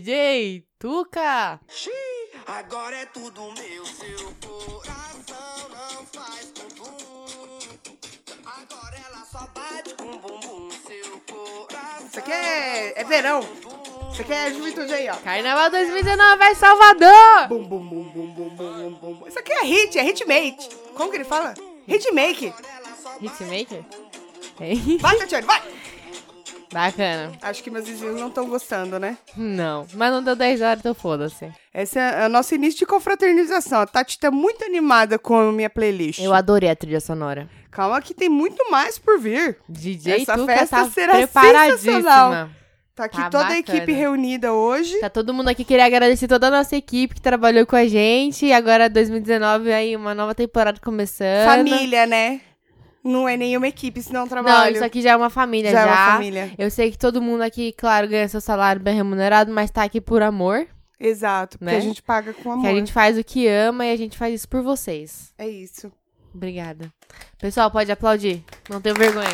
DJ Tuca. Agora é tudo meu, seu coração não faz bumbum. Agora ela só bate com bumbum, seu coração. Isso aqui é, é verão. Isso aqui é juventude aí, ó. Carnaval 2019 é Salvador. Bum, bum, bum, bum, bum, bum, bum, bum. Isso aqui é hit, é hitmate. Como que ele fala? Hitmake. Hitmaker? Hein? Vai, Tatiane, vai! Bacana. Acho que meus vizinhos não estão gostando, né? Não, mas não deu 10 horas, então foda-se. Esse é o nosso início de confraternização. A Tati tá muito animada com a minha playlist. Eu adorei a trilha sonora. Calma que tem muito mais por vir. DJ Essa Tuca festa tá será preparadíssima. sensacional. Tá aqui Tá toda bacana. a equipe reunida hoje. Tá todo mundo aqui, queria agradecer toda a nossa equipe que trabalhou com a gente. E agora 2019, aí uma nova temporada começando. Família, né? Não é nenhuma equipe, senão Não, trabalho. isso aqui já é uma família, já já. é uma família. Eu sei que todo mundo aqui, claro, ganha seu salário bem remunerado, mas tá aqui por amor. Exato, porque Né? a gente paga com Que amor. a gente faz o que ama e a gente faz isso por vocês. É isso. Obrigada. Pessoal, pode aplaudir. Não tenho vergonha.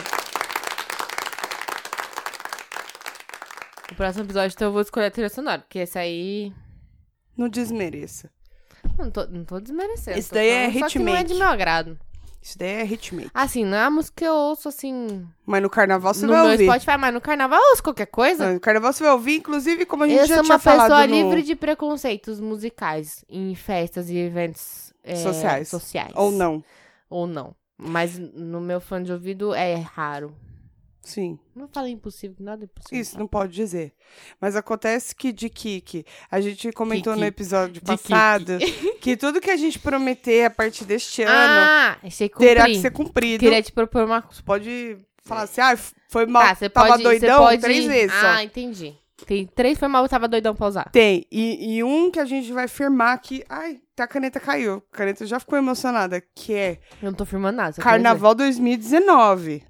O próximo episódio, então, eu vou escolher a trilha sonora, porque esse aí. Não desmereça. Não tô, não tô desmerecendo. Esse tô daí é falando Só que não é hitmake. de meu agrado. Isso daí é hitmate. Assim, não é a música que eu ouço assim. Mas no carnaval você no vai meu ouvir. Spotify, mas no carnaval eu ouço qualquer coisa. Não, No carnaval você vai ouvir, inclusive, como a gente eu já sou tinha uma falado pessoa no... livre de preconceitos musicais em festas e eventos é, Sociais. sociais. Ou não. Ou não. Mas no meu fã de ouvido é raro. Sim, Não fala impossível, nada é impossível. isso não pode dizer. Mas acontece que de Kiki, a gente comentou Kiki. no episódio De passado que tudo que a gente prometer a partir deste ano Ah, achei que terá cumpri. que ser cumprido. Queria te propor uma coisa. Você pode falar assim, ah, foi mal, Tá, você tava pode, você doidão pode... três vezes só. Ah, entendi. Tem três foi mal, eu tava doidão pra usar. Tem, e, e um que a gente vai firmar que, ai, até a caneta caiu, a caneta já ficou emocionada, que é Eu não tô firmando nada. só quero Carnaval 2019. dizer.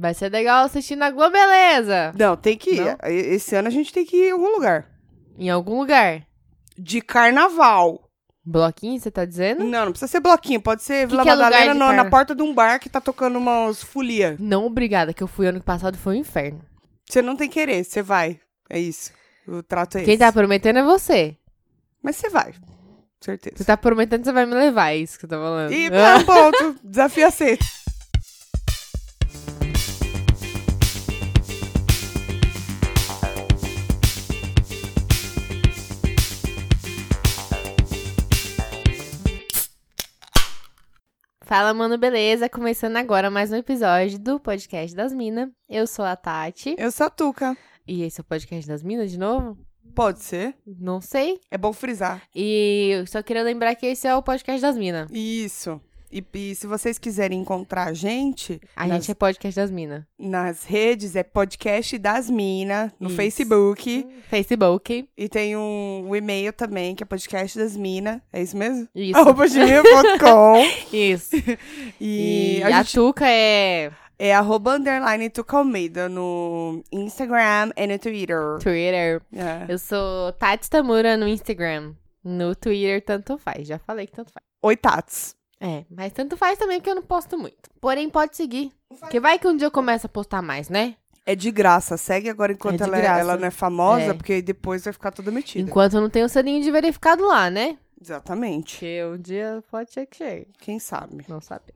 Vai ser legal assistir na Globo, beleza? Não, tem que ir. Não? E- Esse ano a gente tem que ir em algum lugar. Em algum lugar. De carnaval. Bloquinho, você tá dizendo? Não, não precisa ser bloquinho. Pode ser Vila que é lugar Madalena de no- na carna- porta de um bar que tá tocando umas folia. Não, obrigada, que eu fui ano passado e foi um inferno. Você não tem querer, você vai. É isso. O trato é Quem esse. tá prometendo é você. Mas você vai. Certeza. Você tá prometendo que você vai me levar, é isso que eu tô falando. E é um ponto. Desafio é aceito. Fala, mano, beleza? Começando agora mais um episódio do Podcast das Minas. Eu sou a Tati. Eu sou a Tuca. E esse é o Podcast das Minas de novo? Pode ser. Não sei. É bom frisar. E eu só queria lembrar que esse é o Podcast das Minas. Isso. E, e se vocês quiserem encontrar a gente, A nas, gente é Podcast das Minas. nas redes, é podcast das minas, no Isso. Facebook. Facebook. E tem um, um e-mail também, que é podcast das minas. É isso mesmo? Isso. Arroba gmail.com. Isso. E, E, a a, gente Tuca é é arroba underline Tuca Almeida no Instagram e no Twitter. Twitter. É. Eu sou Tati Tamura no Instagram. No Twitter, tanto faz. Já falei que tanto faz. Oi, Tats. É, mas tanto faz também porque eu não posto muito. Porém, pode seguir. Porque vai que um dia eu começo a postar mais, né? É de graça. Segue agora enquanto É de ela, graça. ela não é famosa, É. porque depois vai ficar toda metida. Enquanto eu não tenho o selinho de verificado lá, né? Exatamente. Porque um dia pode ser que chegue. Quem sabe? Não sabemos.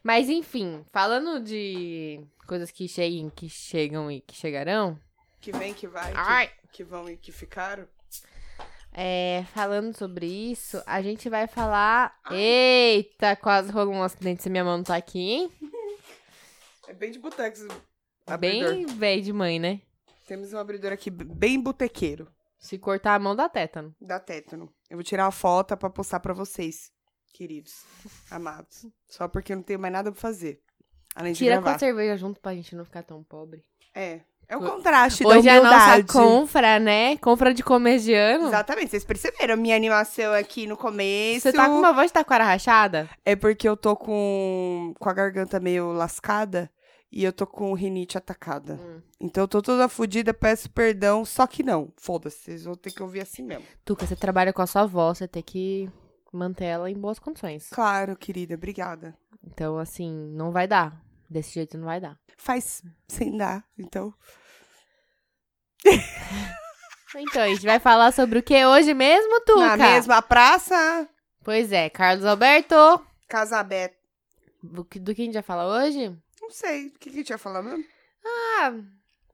Mas enfim, falando de coisas que cheguem, que chegam e que chegarão. Que vem, que vai, Ai! que vão e que ficaram. É, falando sobre isso, a gente vai falar. Eita, quase rolou um acidente se minha mão não tá aqui, hein? É bem de boteco. esse abridor. Bem velho de mãe, né? Temos um abridor aqui bem botequeiro. Se cortar a mão dá tétano. da tétano. Eu vou tirar a foto pra postar pra vocês, queridos, amados. Só porque eu não tenho mais nada pra fazer. Além de Tira com gravar. a cerveja junto pra gente não ficar tão pobre. É. É o contraste Hoje da é a nossa humildade. confra, né? Confra de começo de ano. Exatamente, vocês perceberam a minha animação aqui no começo. Você tá com uma voz de taquara rachada? É porque eu tô com com a garganta meio lascada e eu tô com rinite atacada. Hum. Então eu tô toda fodida, peço perdão, só que não. Foda-se, vocês vão ter que ouvir assim mesmo. Tuca, você trabalha com a sua avó, você tem que manter ela em boas condições. Claro, querida, obrigada. Então, assim, não vai dar. Desse jeito não vai dar. Faz sem dar, então. Então, a gente vai falar sobre o que hoje mesmo, Tuca? Na mesma praça, Pois é, Carlos Alberto. casa aberta. Do que do que a gente vai falar hoje? Não sei, o que, que a gente ia falar mesmo? Ah,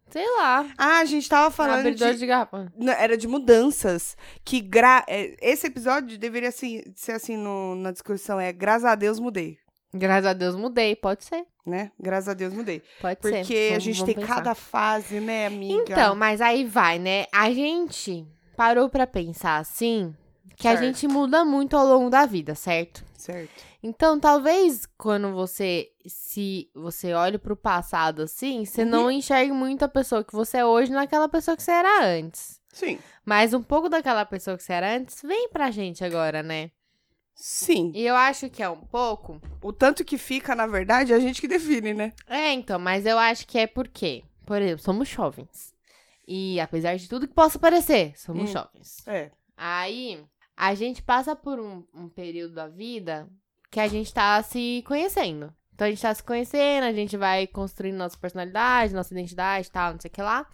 sei lá. Ah, a gente tava falando Abridor de... de, garrafa. Não, Era de mudanças. Que gra... é, Esse episódio deveria assim, ser assim no- na discussão. É graças a Deus mudei, Graças a Deus mudei, pode ser. né? Graças a Deus mudei. Pode ser. Porque a Vamos- gente vamos tem pensar. cada fase, né, amiga? Então, mas aí vai, né? A gente parou pra pensar assim, que a Certo. gente muda muito ao longo da vida, certo? Certo. Então, talvez quando você se você olha pro passado assim, você não enxergue muito a pessoa que você é hoje naquela pessoa que você era antes. Sim. Mas um pouco daquela pessoa que você era antes vem pra gente agora, né? Sim. E eu acho que é um pouco. O tanto que fica, na verdade, é a gente que define, né? É, então, mas eu acho que é porque, por exemplo, somos jovens. E apesar de tudo que possa parecer, somos Hum. jovens. É. Aí, a gente passa por um, um período da vida que a gente tá se conhecendo. Então, a gente tá se conhecendo, a gente vai construindo nossa personalidade, nossa identidade e tal, não sei o que lá.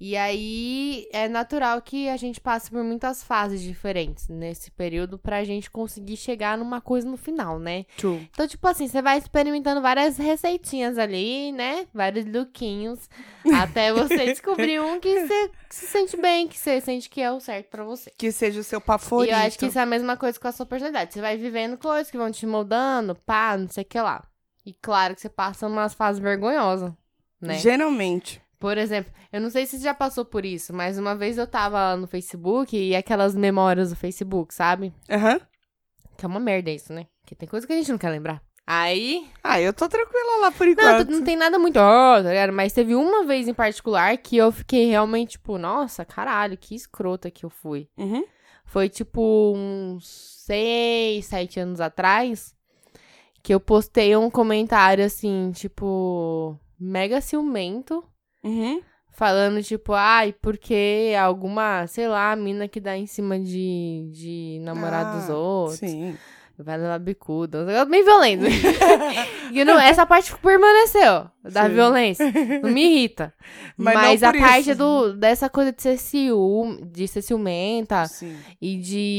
E aí, é natural que a gente passe por muitas fases diferentes nesse período pra gente conseguir chegar numa coisa no final, né? True. Então, tipo assim, você vai experimentando várias receitinhas ali, né? Vários lookinhos. até você descobrir um que você se sente bem, que você sente que é o certo pra você. Que seja o seu E paforito. eu acho que isso é a mesma coisa com a sua personalidade. Você vai vivendo coisas que vão te moldando, pá, não sei o que lá. E claro que você passa umas fases vergonhosas, né? Geralmente. Por exemplo, eu não sei se você já passou por isso, mas uma vez eu tava no Facebook e aquelas memórias do Facebook, sabe? Aham. Que é uma merda isso, né? Porque tem coisa que a gente não quer lembrar. Aí, Ah, eu tô tranquila lá por Não, enquanto. tu- não tem nada muito, ó, tá ligado? Mas teve uma vez em particular que eu fiquei realmente, tipo, nossa, caralho, que escrota que eu fui. Uhum. Foi, tipo, uns seis, sete anos atrás que eu postei um comentário, assim, tipo, mega ciumento. Uhum. Falando, tipo, ai, porque alguma, sei lá, mina que dá em cima de, de namorado dos Ah, outros. Sim. Vai levar bicuda. Um negócio bem violento. E não- essa parte permaneceu da Sim. violência. Não me irrita. Mas Mas, não a por parte isso. do, dessa coisa de ser ciúme, de ser ciumenta Sim. e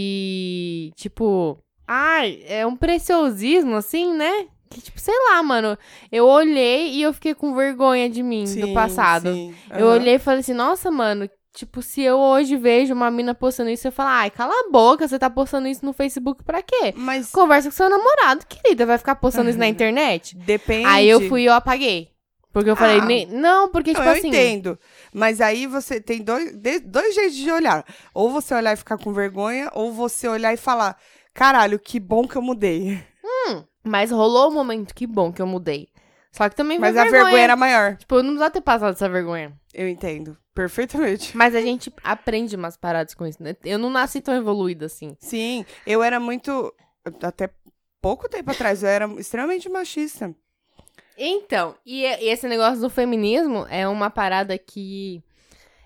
de. Tipo. Ai, é um preciosismo, assim, né? Que, tipo, sei lá, mano. Eu olhei e eu fiquei com vergonha de mim, do Sim, passado. sim. Eu Aham. olhei e falei assim, nossa, mano, tipo, se eu hoje vejo uma mina postando isso, eu falo, ai, cala a boca, você tá postando isso no Facebook pra quê? Mas Conversa com seu namorado, querida, vai ficar postando isso na internet? depende. Aí eu fui e eu apaguei. Porque eu falei, Ah. "Ne- não, porque, Não, tipo eu assim, entendo. Mas aí você tem dois, de- dois jeitos de olhar. Ou você olhar e ficar com vergonha, ou você olhar e falar: caralho, que bom que eu mudei. mas rolou um momento, que bom que eu mudei. Só que também foi Mas a vergonha era maior. Tipo, eu não precisava ter passado essa vergonha. Eu entendo. Perfeitamente. Mas a gente aprende umas paradas com isso, né? Eu não nasci tão evoluída assim. Sim, eu era muito. Até pouco tempo atrás, eu era extremamente machista. Então, e, e esse negócio do feminismo é uma parada que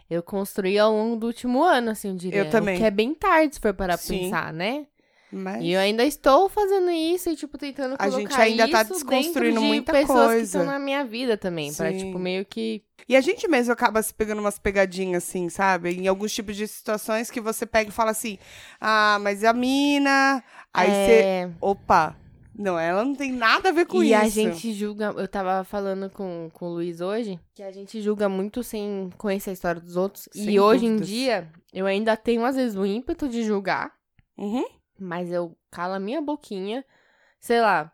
eu construí ao longo do último ano, assim, eu diria. Eu também. O que é bem tarde, se for parar pra Sim. pensar, né? Mas. E eu ainda estou fazendo isso e, tipo, tentando A colocar gente ainda tá isso desconstruindo dentro de muita pessoas que coisa. estão na minha vida também. Pra, Sim. tipo, meio que... E a gente mesmo acaba se pegando umas pegadinhas, assim, sabe? Em alguns tipos de situações que você pega e fala assim, ah, mas a mina. Aí você. é... Opa! Não, ela não tem nada a ver com e isso. a gente julga... Eu tava falando com, com o Luiz hoje que a gente julga muito sem conhecer a história dos outros. Sem e hoje em dúvidas. dia, eu ainda tenho, às vezes, o ímpeto de julgar. Uhum. Mas eu calo a minha boquinha. Sei lá.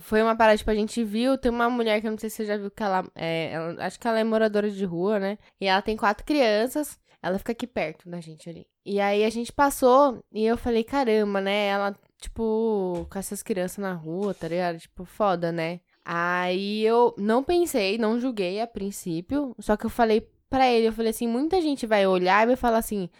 Foi uma parada, tipo, a gente viu. Tem uma mulher que eu não sei se você já viu que ela, é, ela- Acho que ela é moradora de rua, né? E ela tem quatro crianças. Ela fica aqui perto da gente ali. E aí a gente passou e eu falei, caramba, né? Ela, tipo, com essas crianças na rua, tá ligado? Tipo, foda, né? Aí eu não pensei, não julguei a princípio. Só que eu falei pra ele, eu falei assim, muita gente vai olhar e vai falar assim,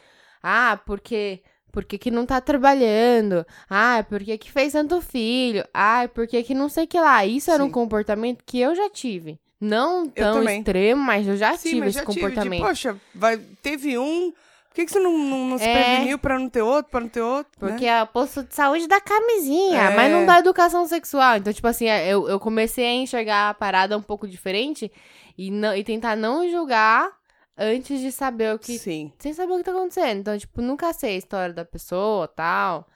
ah, porque por que, que não tá trabalhando? Ah, por que, que fez tanto filho? Ah, por que, que não sei o que lá? Isso era um Sim. comportamento que eu já tive. Não tão também. extremo, mas eu já Sim, tive mas é esse já tive, tipo, de, comportamento. Poxa, vai- teve um. Por que, que você não, não- não se É. preveniu pra não ter outro, pra não ter outro? né? Porque é o posto de saúde da camisinha, É. mas não da educação sexual. Então, tipo assim, eu, eu comecei a enxergar a parada um pouco diferente e, não, e tentar não julgar antes de saber o que. Sim. Sem saber o que tá acontecendo. Então, tipo, nunca sei a história da pessoa tal.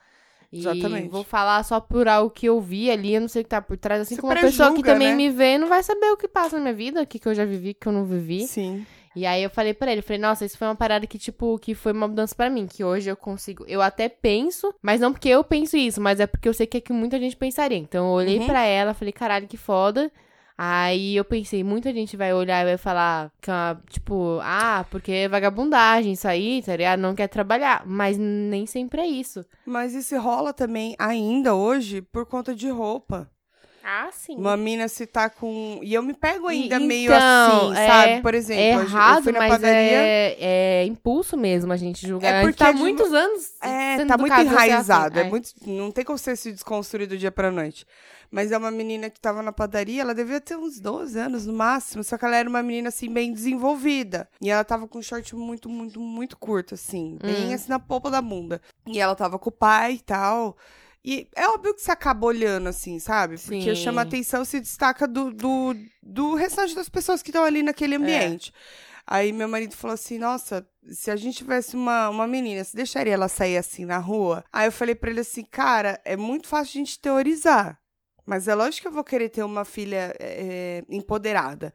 E Exatamente. vou falar só por algo que eu vi ali, eu não sei o que tá por trás. Assim Se como uma pessoa que prejulga, também né? me vê não vai saber o que passa na minha vida, o que, que eu já vivi, o que eu não vivi. Sim. E aí eu falei pra ele, falei, nossa, isso foi uma parada que, tipo, que foi uma mudança pra mim, que hoje eu consigo. Eu até penso, mas não porque eu penso isso, mas é porque eu sei que é que muita gente pensaria. Então eu olhei Uhum. pra ela, falei, caralho, que foda. Aí eu pensei, muita gente vai olhar e vai falar, que é uma- tipo, ah, porque é vagabundagem isso aí, tá ligado? Não quer trabalhar. Mas nem sempre é isso. Mas isso rola também ainda hoje por conta de roupa. Ah, sim. Uma mina se tá com. E eu me pego E- ainda meio então, assim, é- sabe? Por exemplo, É hoje eu errado, fui na mas padaria. é, é impulso mesmo a gente julgar. É a gente porque tá é há de- muitos anos É, sendo tá muito educado a ser assim. enraizado. É É. muito, não tem como você se desconstruir do dia pra noite. Mas é uma menina que tava na padaria, ela devia ter uns 12 anos no máximo, só que ela era uma menina, assim, bem desenvolvida. E ela tava com um short muito, muito, muito curto, assim. Bem Hum. assim na polpa da bunda. E ela tava com o pai e tal. E é óbvio que você acaba olhando, assim, sabe? Sim. Porque chama atenção, se destaca do, do, do restante das pessoas que estão ali naquele ambiente. Aí meu marido falou assim: Nossa, se a gente tivesse uma, uma menina, você deixaria ela sair assim na rua? Aí eu falei pra ele assim: Cara, é muito fácil a gente teorizar. Mas é lógico que eu vou querer ter uma filha é, empoderada.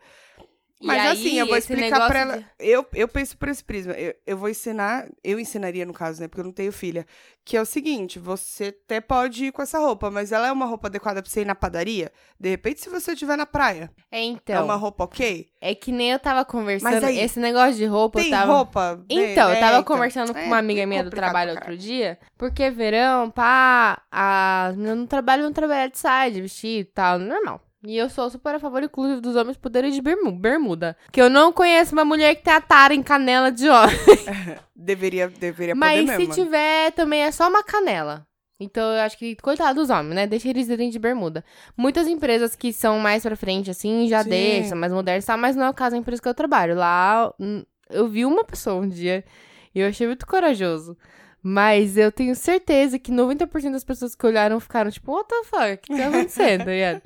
E Mas aí, assim, eu vou esse explicar pra ela. negócio Eu, eu penso por esse prisma. Eu, eu vou ensinar. Eu ensinaria, no caso, né? Porque eu não tenho filha. Que é o seguinte: você até pode ir com essa roupa, mas ela é uma roupa adequada pra você ir na padaria? De repente, se você estiver na praia, É, é então, uma roupa ok? é que nem eu tava conversando, Mas aí, esse negócio de roupa, Tem eu tava... roupa? né? Então, eu É, tava então. conversando com É, uma amiga é minha do complicado trabalho pra outro dia, porque verão, pá, a... eu não trabalho, não trabalho de saia, de vestido e tal, normal. E eu sou super a favor, inclusive, dos homens poderem de bermu- bermuda. Que eu não conheço uma mulher que tem a tara em canela de homem. caralho. Deveria, deveria Mas poder se mesmo. né? tiver, também é só uma canela. Então eu acho que, coitado dos homens, né? Deixa eles irem de bermuda. Muitas empresas que são mais pra frente, assim, já Sim. deixam, mais modernas, tá? Mas não é o caso da empresa que eu trabalho. Lá hum, eu vi uma pessoa um dia e eu achei muito corajoso. Mas eu tenho certeza que 90% das pessoas que olharam ficaram tipo, what the fuck? O que tá acontecendo? tá ligado?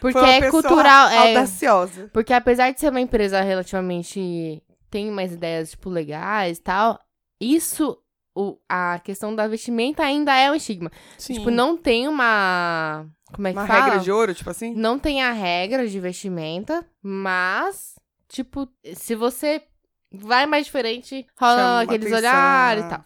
Porque Foi uma é pessoa cultural. É, Audaciosa. porque apesar de ser uma empresa relativamente tem umas ideias tipo legais e tal, isso o, a questão da vestimenta ainda é um estigma. Sim. Tipo, não tem uma como é que Uma fala? regra de ouro, tipo assim? Não tem a regra de vestimenta, mas tipo, se você vai mais diferente, rola Chama aqueles atenção, olhares é. e tal.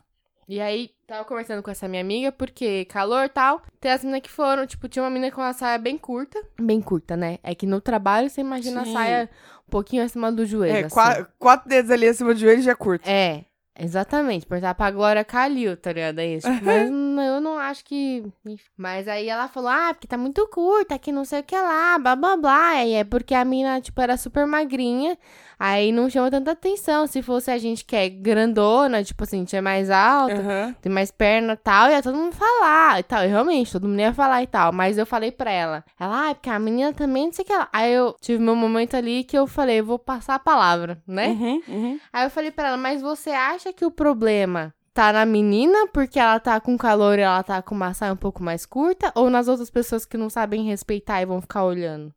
E aí, tava conversando com essa minha amiga, porque calor e tal. Tem as meninas que foram, tipo, tinha uma menina com uma saia bem curta. Bem curta, né? É que no trabalho você imagina Sim. a saia um pouquinho acima do joelho. É, assim. qua- quatro dedos ali acima do joelho já é curto. É, exatamente. Perguntar pra Glória Calil, tá ligado? É isso. Mas n- eu não acho que. enfim. Mas aí ela falou, ah, porque tá muito curta, que não sei o que lá, blá blá blá. E é porque a mina, tipo, era super magrinha. Aí não chama tanta atenção. Se fosse a gente que é grandona, tipo assim, a gente é mais alta Aham. tem mais perna e tal, ia todo mundo falar e tal. E realmente, todo mundo ia falar e tal. Mas eu falei pra ela, ela, ah, é porque a menina também não sei o que ela. Aí eu tive meu momento ali que eu falei, eu vou passar a palavra, né? Uhum, uhum. Aí eu falei pra ela, mas você acha que o problema tá na menina porque ela tá com calor e ela tá com uma saia um pouco mais curta? Ou nas outras pessoas que não sabem respeitar e vão ficar olhando?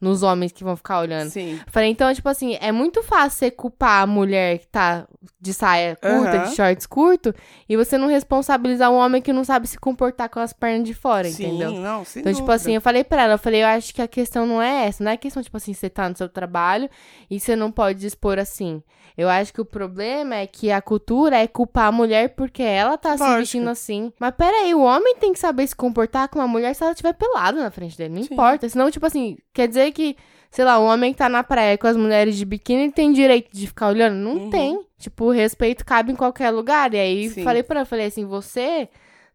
Nos homens que vão ficar olhando? Sim. Falei, então, tipo assim, é muito fácil você culpar a mulher que tá de saia curta, Aham. de shorts curto, e você não responsabilizar um homem que não sabe se comportar com as pernas de fora, Sim, entendeu? não, sem Então, tipo dúvida. assim, eu falei pra ela, eu falei, eu acho que a questão não é essa, não é questão, tipo assim, você tá no seu trabalho e você não pode expor assim. Eu acho que o problema é que a cultura é culpar a mulher porque ela tá Lógico. se vestindo assim. Mas peraí, o homem tem que saber se comportar com uma mulher se ela estiver pelada na frente dele, não Sim. importa. Senão, tipo assim, quer dizer que, sei lá, um homem que tá na praia com as mulheres de biquíni ele tem direito de ficar olhando? Não Uhum. tem. Tipo, o respeito cabe em qualquer lugar. E aí, Sim. falei pra ela, falei assim, você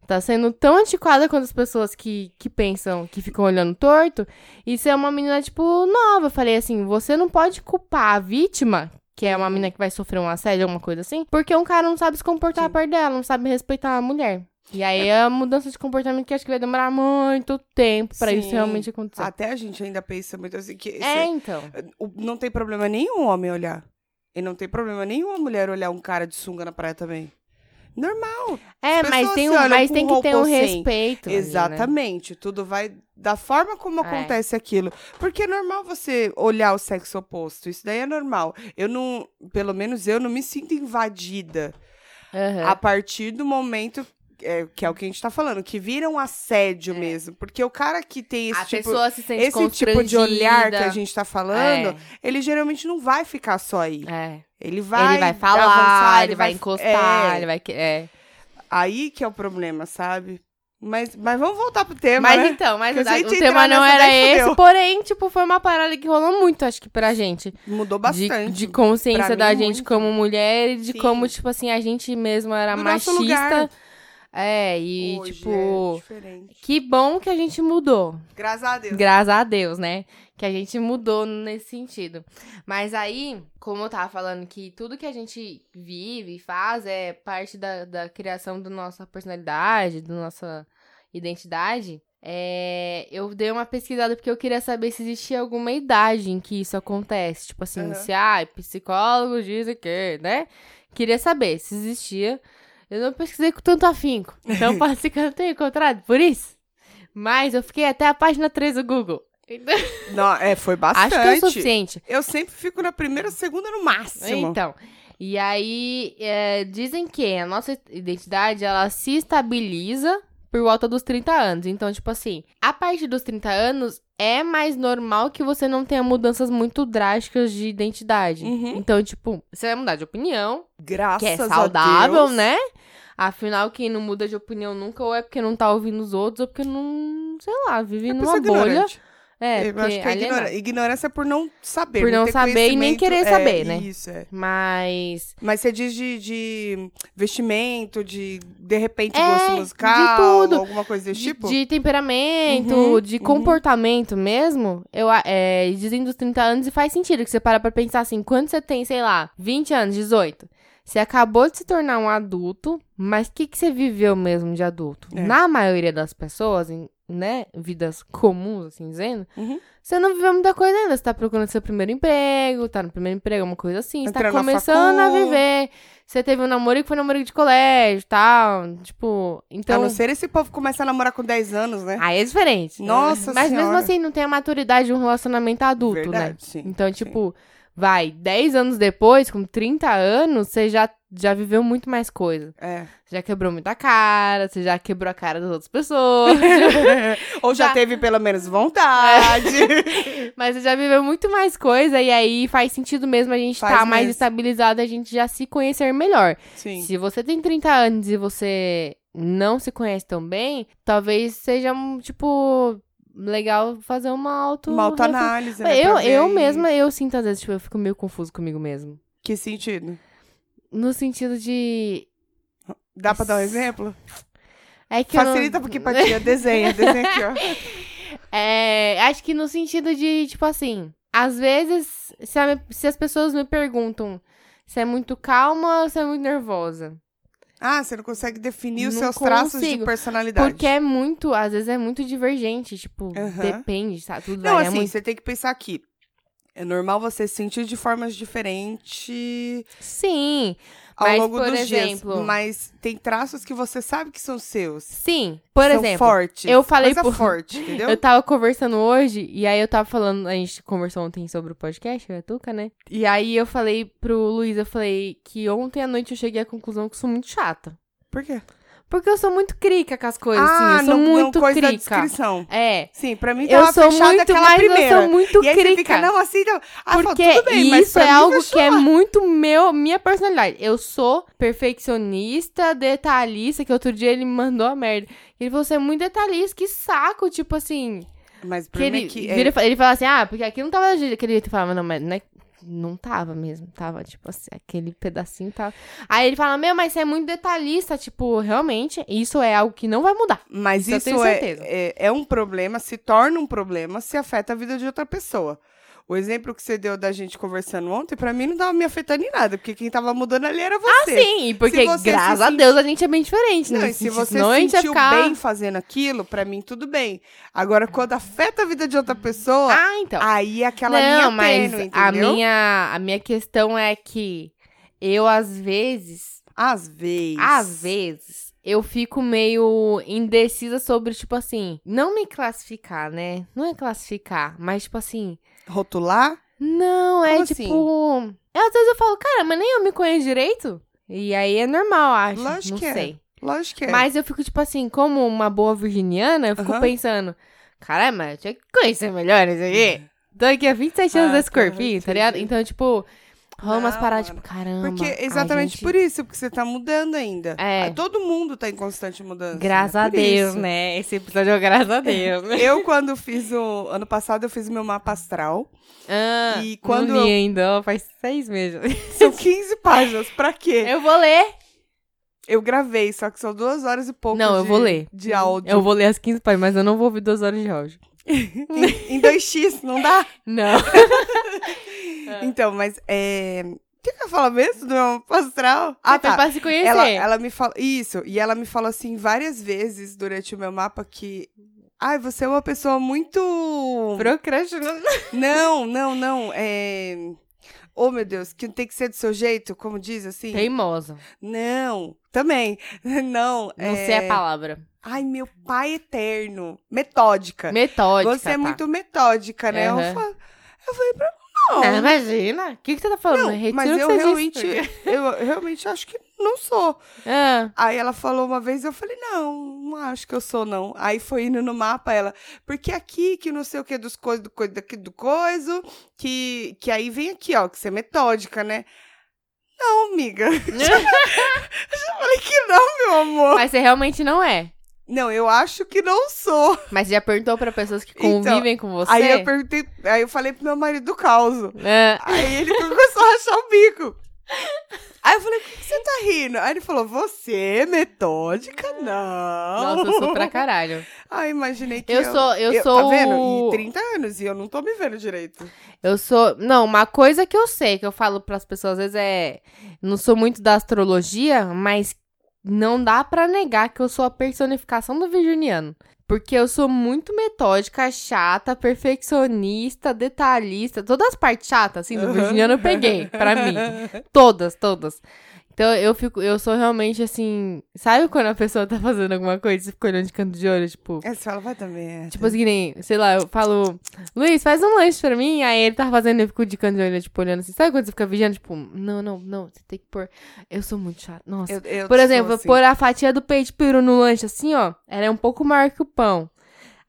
tá sendo tão antiquada quanto as pessoas que, que pensam, que ficam olhando torto. E você é uma menina, tipo, nova. Eu falei assim, você não pode culpar a vítima, que é uma Uhum. menina que vai sofrer um assédio, alguma coisa assim, porque um cara não sabe se comportar Sim. perto dela, não sabe respeitar a mulher. E aí é a mudança de comportamento que acho que vai demorar muito tempo pra isso Sim. Ah, realmente acontecer. Até a gente ainda pensa muito assim que esse- é, então. o- não tem problema nenhum homem olhar. E não tem problema nenhuma mulher olhar um cara de sunga na praia também. Normal. É, As mas pessoas tem, se um, olham mas com tem que ter roupa um ou sem. respeito. ali, né? Exatamente. Tudo vai da forma como É. acontece aquilo. Porque é normal você olhar o sexo oposto. Isso daí é normal. Eu não, pelo menos eu não me sinto invadida Aham. a partir do momento. é, que é o que a gente tá falando, que vira um assédio mesmo. Porque o cara que tem esse É. A tipo. pessoa se sente Esse tipo de olhar que a constrangida. gente tá falando, ele geralmente não vai ficar só aí. É, é. Ele vai. ele vai falar, avançar, ele, vai encostar, é, ele vai. que- É. Aí que é o problema, sabe? Mas, mas vamos voltar pro tema. Mas né? então, mas Porque se a gente o entrar tema não nessa, era daí esse, fudeu. porém, tipo, foi uma parada que rolou muito, acho que, pra gente. Mudou de- bastante. De, consciência Pra da mim, gente muito. como mulher e de Sim. como, tipo assim, a gente mesma era Do nosso machista. lugar. É, e Hoje é tipo. diferente. Que bom que a gente mudou. Graças a Deus. Graças a Deus, né? Que a gente mudou nesse sentido. Mas aí, como eu tava falando que tudo que a gente vive e faz é parte da, da criação da nossa personalidade, da nossa identidade, é, eu dei uma pesquisada porque eu queria saber se existia alguma idade em que isso acontece. Tipo assim, Aham. se ah, psicólogos dizem que, né? Queria saber se existia. Eu não pesquisei com tanto afinco. Então pode ser que eu não tenha encontrado, por isso. Mas eu fiquei até a página 3 do Google. Então, Não, é, foi bastante. acho que é o suficiente. Eu sempre fico na primeira, segunda no máximo. Então, e aí é, dizem que a nossa identidade ela se estabiliza por volta dos 30 anos. Então, tipo assim, a partir dos 30 anos é mais normal que você não tenha mudanças muito drásticas de identidade. Uhum. Então, tipo, você vai mudar de opinião, Graças que é a saudável, Deus. né? Afinal, quem não muda de opinião nunca ou é porque não tá ouvindo os outros ou porque não, sei lá, vive É numa pessoa bolha. ignorante. É, eu porque acho que é alienado. ignora- ignorância por não saber. Por não ter saber e nem conhecimento. querer É, saber, né? Isso, é. Mas Mas você diz de, de vestimento, de de repente É, gosto de musical, tudo. alguma coisa desse de, tipo? de temperamento, Uhum, de uhum. comportamento mesmo, eu, a- é, dizem dos 30 anos e faz sentido que você para pra pensar assim, quando você tem, sei lá, 20 anos, 18, você acabou de se tornar um adulto, mas o que, que você viveu mesmo de adulto? É. Na maioria das pessoas, em- né, vidas comuns, assim dizendo, Uhum. você não viveu muita coisa ainda, você tá procurando seu primeiro emprego, tá no primeiro emprego, uma coisa assim, você tá Entrando na começando a facu. viver, você teve um namoro que foi namoro de colégio e tal, tipo, então... A não ser esse povo começa a namorar com 10 anos, né? Aí é diferente. Nossa Mas mesmo Senhora. assim, não tem a maturidade de um relacionamento adulto, né? Verdade, sim. Então, tipo, vai, 10 anos depois, com 30 anos, você já, já viveu muito mais coisa. É. Você já quebrou muita cara, você já quebrou a cara das outras pessoas. Ou já Tá. teve pelo menos É. vontade. mas você já viveu muito mais coisa. E aí faz sentido mesmo a gente estar Faz mais mesmo. estabilizado, a gente já se conhecer melhor. Sim. Se você tem 30 anos e você não se conhece tão bem, talvez seja, um, tipo, legal fazer uma auto... Uma autoanálise, né? Eu, pra ver eu aí. mesma, eu sinto às vezes, tipo, eu fico meio confuso comigo mesmo. Que sentido? No sentido de. Dá pra dar um exemplo? É que eu não- Facilita porque pra é tia desenha, desenha aqui, ó. É, acho que no sentido de, tipo assim, às vezes, se, a- se as pessoas me perguntam se é muito calma ou se é muito nervosa. Ah, você não consegue definir os Não seus traços de consigo, personalidade. Porque é muito, às vezes é muito divergente, tipo, Aham. depende, sabe? Tudo Não, varia assim, é muito. você tem que pensar aqui. É normal você sentir de formas diferentes Sim, ao Mas, longo por dos exemplo- dias. Mas tem traços que você sabe que são seus. sim. Por são exemplo, fortes. eu falei coisa por- forte, entendeu? Eu tava conversando hoje, e aí eu tava falando, a gente conversou ontem sobre o podcast, eu e a Tuca, né? E aí eu falei pro Luiz, eu falei que ontem à noite eu cheguei à conclusão que eu sou muito chata. Por quê? Porque eu sou muito crica com as coisas, ah, assim, eu sou não, muito não coisa da crica. descrição. É. Sim, pra mim Eu tava sou fechada muito, aquela mas primeira. eu sou muito e aí crica. você fica, não, assim, não. Ah, fala, Porque tudo bem, mas isso pra é mim algo fechou. que é muito meu, minha personalidade. Eu sou perfeccionista, detalhista, que outro dia ele me mandou a merda. Ele falou, você é muito detalhista, que saco, tipo assim... Mas pra Que mim ele, é que... vira e fala- ele fala assim, ah, porque aqui não tava daquele jeito. Ele falava, não, mas não, é- não tava mesmo. Tava, tipo assim, aquele pedacinho tava. Aí ele fala, meu, mas você é muito detalhista. Tipo, realmente, isso é algo que não vai mudar. Mas Isso eu isso, tenho é, certeza. é, é um problema, se torna um problema se afeta a vida de outra pessoa. O exemplo que você deu da gente conversando ontem, pra mim não tava me afetando em nada, porque quem tava mudando ali era você. Sim, e porque você se graças a sentir- Deus a gente é bem diferente, né? Não, e Nesse se sentido, você senão a gente ia sentiu ficar- bem fazendo aquilo, pra mim tudo bem. Agora, quando afeta a vida de outra pessoa, Ah, então. aí é aquela linha não, mas tênue, entendeu? a minha, a minha questão é que eu, às vezes, Às vezes. Às vezes, eu fico meio indecisa sobre, tipo assim, não me classificar, né? Não é classificar, mas, tipo assim, Rotular? não, é Como assim? tipo. é, às vezes eu falo, cara, mas nem eu me conheço direito. E aí é normal, acho. Lógico não que é. sei. Lógico que é. Mas eu fico, tipo assim, como uma boa virginiana, eu fico Aham. pensando, caramba, eu tinha que conhecer melhor isso aqui. Tô aqui há 27 anos Ah, desse tá, corpinho, tá ligado? entendi. Então, tipo, rola umas Não, paradas, mano. tipo, caramba. Porque a exatamente gente- por isso, porque você tá mudando ainda. É. Ah, Todo mundo tá em constante mudança. Graças né? a Por Deus, isso. né? Esse episódio é o graças a Deus, né? Eu, quando fiz o. Ano passado, eu fiz o meu mapa astral. Ah, E quando quando não li eu- ainda, ó, faz seis meses. Um São 15 páginas. Pra quê? Eu vou ler. Eu gravei, só que são duas horas e pouco. Não, eu de- vou ler. De áudio. Eu vou ler as 15 páginas, mas eu não vou ouvir duas horas de áudio. Em, em 2x, não dá? Não. Então, mas é. O que, que eu falo mesmo do meu mapa astral? Ah, tá. pra se conhecer. Ela, ela me fala isso, e ela me falou assim várias vezes durante o meu mapa que ai, você é uma pessoa muito Procrastinando. Não, não, não, é Oh, meu Deus, que tem que ser do seu jeito, como diz assim? Teimosa. Não, também. Não, é, Não sei a é palavra. Ai, meu pai eterno. Metódica. Metódica. você é tá. muito metódica, né? Aham. Eu, falo, eu falei pra Não, não. Ah, imagina. O que, que você tá falando? Não, Retiro mas o que eu você realmente, disse. eu realmente acho que não sou. Ah, Aí ela falou uma vez, eu falei, não, não acho que eu sou, não. Aí foi indo no mapa, ela, porque aqui que não sei o que dos coisas, do coisa, daqui do coiso, que, que aí vem aqui, ó, que você é metódica, né? Não, amiga. Eu falei que não, meu amor. mas você realmente não é. Não, eu acho que não sou. Mas você já perguntou pra pessoas que Então, convivem com você? Aí eu perguntei, aí eu falei pro meu marido do causo. Ah, Aí ele começou a rachar o bico. Aí eu falei, por que que você tá rindo? Aí ele falou, você é metódica? Não. nossa, eu sou pra caralho. Ah, imaginei que Eu sou, eu, sou. Tá vendo? o- E 30 anos e eu não tô me vendo direito. Eu sou. Não, uma coisa que eu sei, que eu falo pras pessoas às vezes é. Não sou muito da astrologia, mas não dá pra negar que eu sou a personificação do virginiano. Porque eu sou muito metódica, chata, perfeccionista, detalhista. Todas as partes chatas, assim, do Aham. virginiano eu peguei, pra mim. Todas, todas. Então eu fico, eu sou realmente assim. Sabe quando a pessoa tá fazendo alguma coisa e você fica olhando de canto de olho, tipo. Aí você fala, vai também. é." Tipo assim, que nem, sei lá, eu falo, Luiz, faz um lanche pra mim. Aí ele tá fazendo, eu fico de canto de olho, tipo, olhando assim. Sabe quando você fica vigiando? Tipo, não, não, não, você tem que pôr. Eu sou muito chata. Nossa. eu, eu Por sou exemplo, assim. pôr a fatia do peito de peru no lanche assim, ó. Ela é um pouco maior que o pão.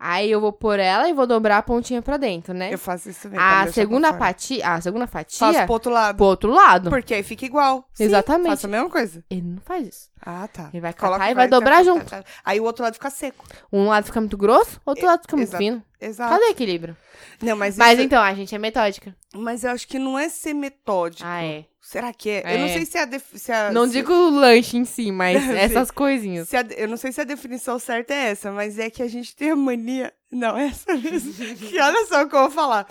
Aí eu vou pôr ela e vou dobrar a pontinha pra dentro, né? Eu faço isso mesmo. pra A deixar segunda, é pra fora. pati... a segunda Faço fatia pro outro lado. pro outro lado. Porque aí fica igual. Sim, Exatamente. faço a mesma coisa. Ele não faz isso. Ah, tá. Ele vai Coloca catar e e vai dobrar junto. tá, tá. Aí o outro lado fica seco. Um lado fica muito grosso, outro lado fica muito exato. fino. Exato. Cadê o equilíbrio? Não, mas, Mas isso- então, a gente é metódica. mas eu acho que não é ser metódico. Ah, é. Será que é? É. Eu não sei se é a... def- se a- Não se- digo o lanche em si, mas Sim. essas coisinhas. Se a- eu não sei se a definição certa é essa, mas é que a gente tem a mania. Não, é essa mesmo. que olha só o que eu vou falar.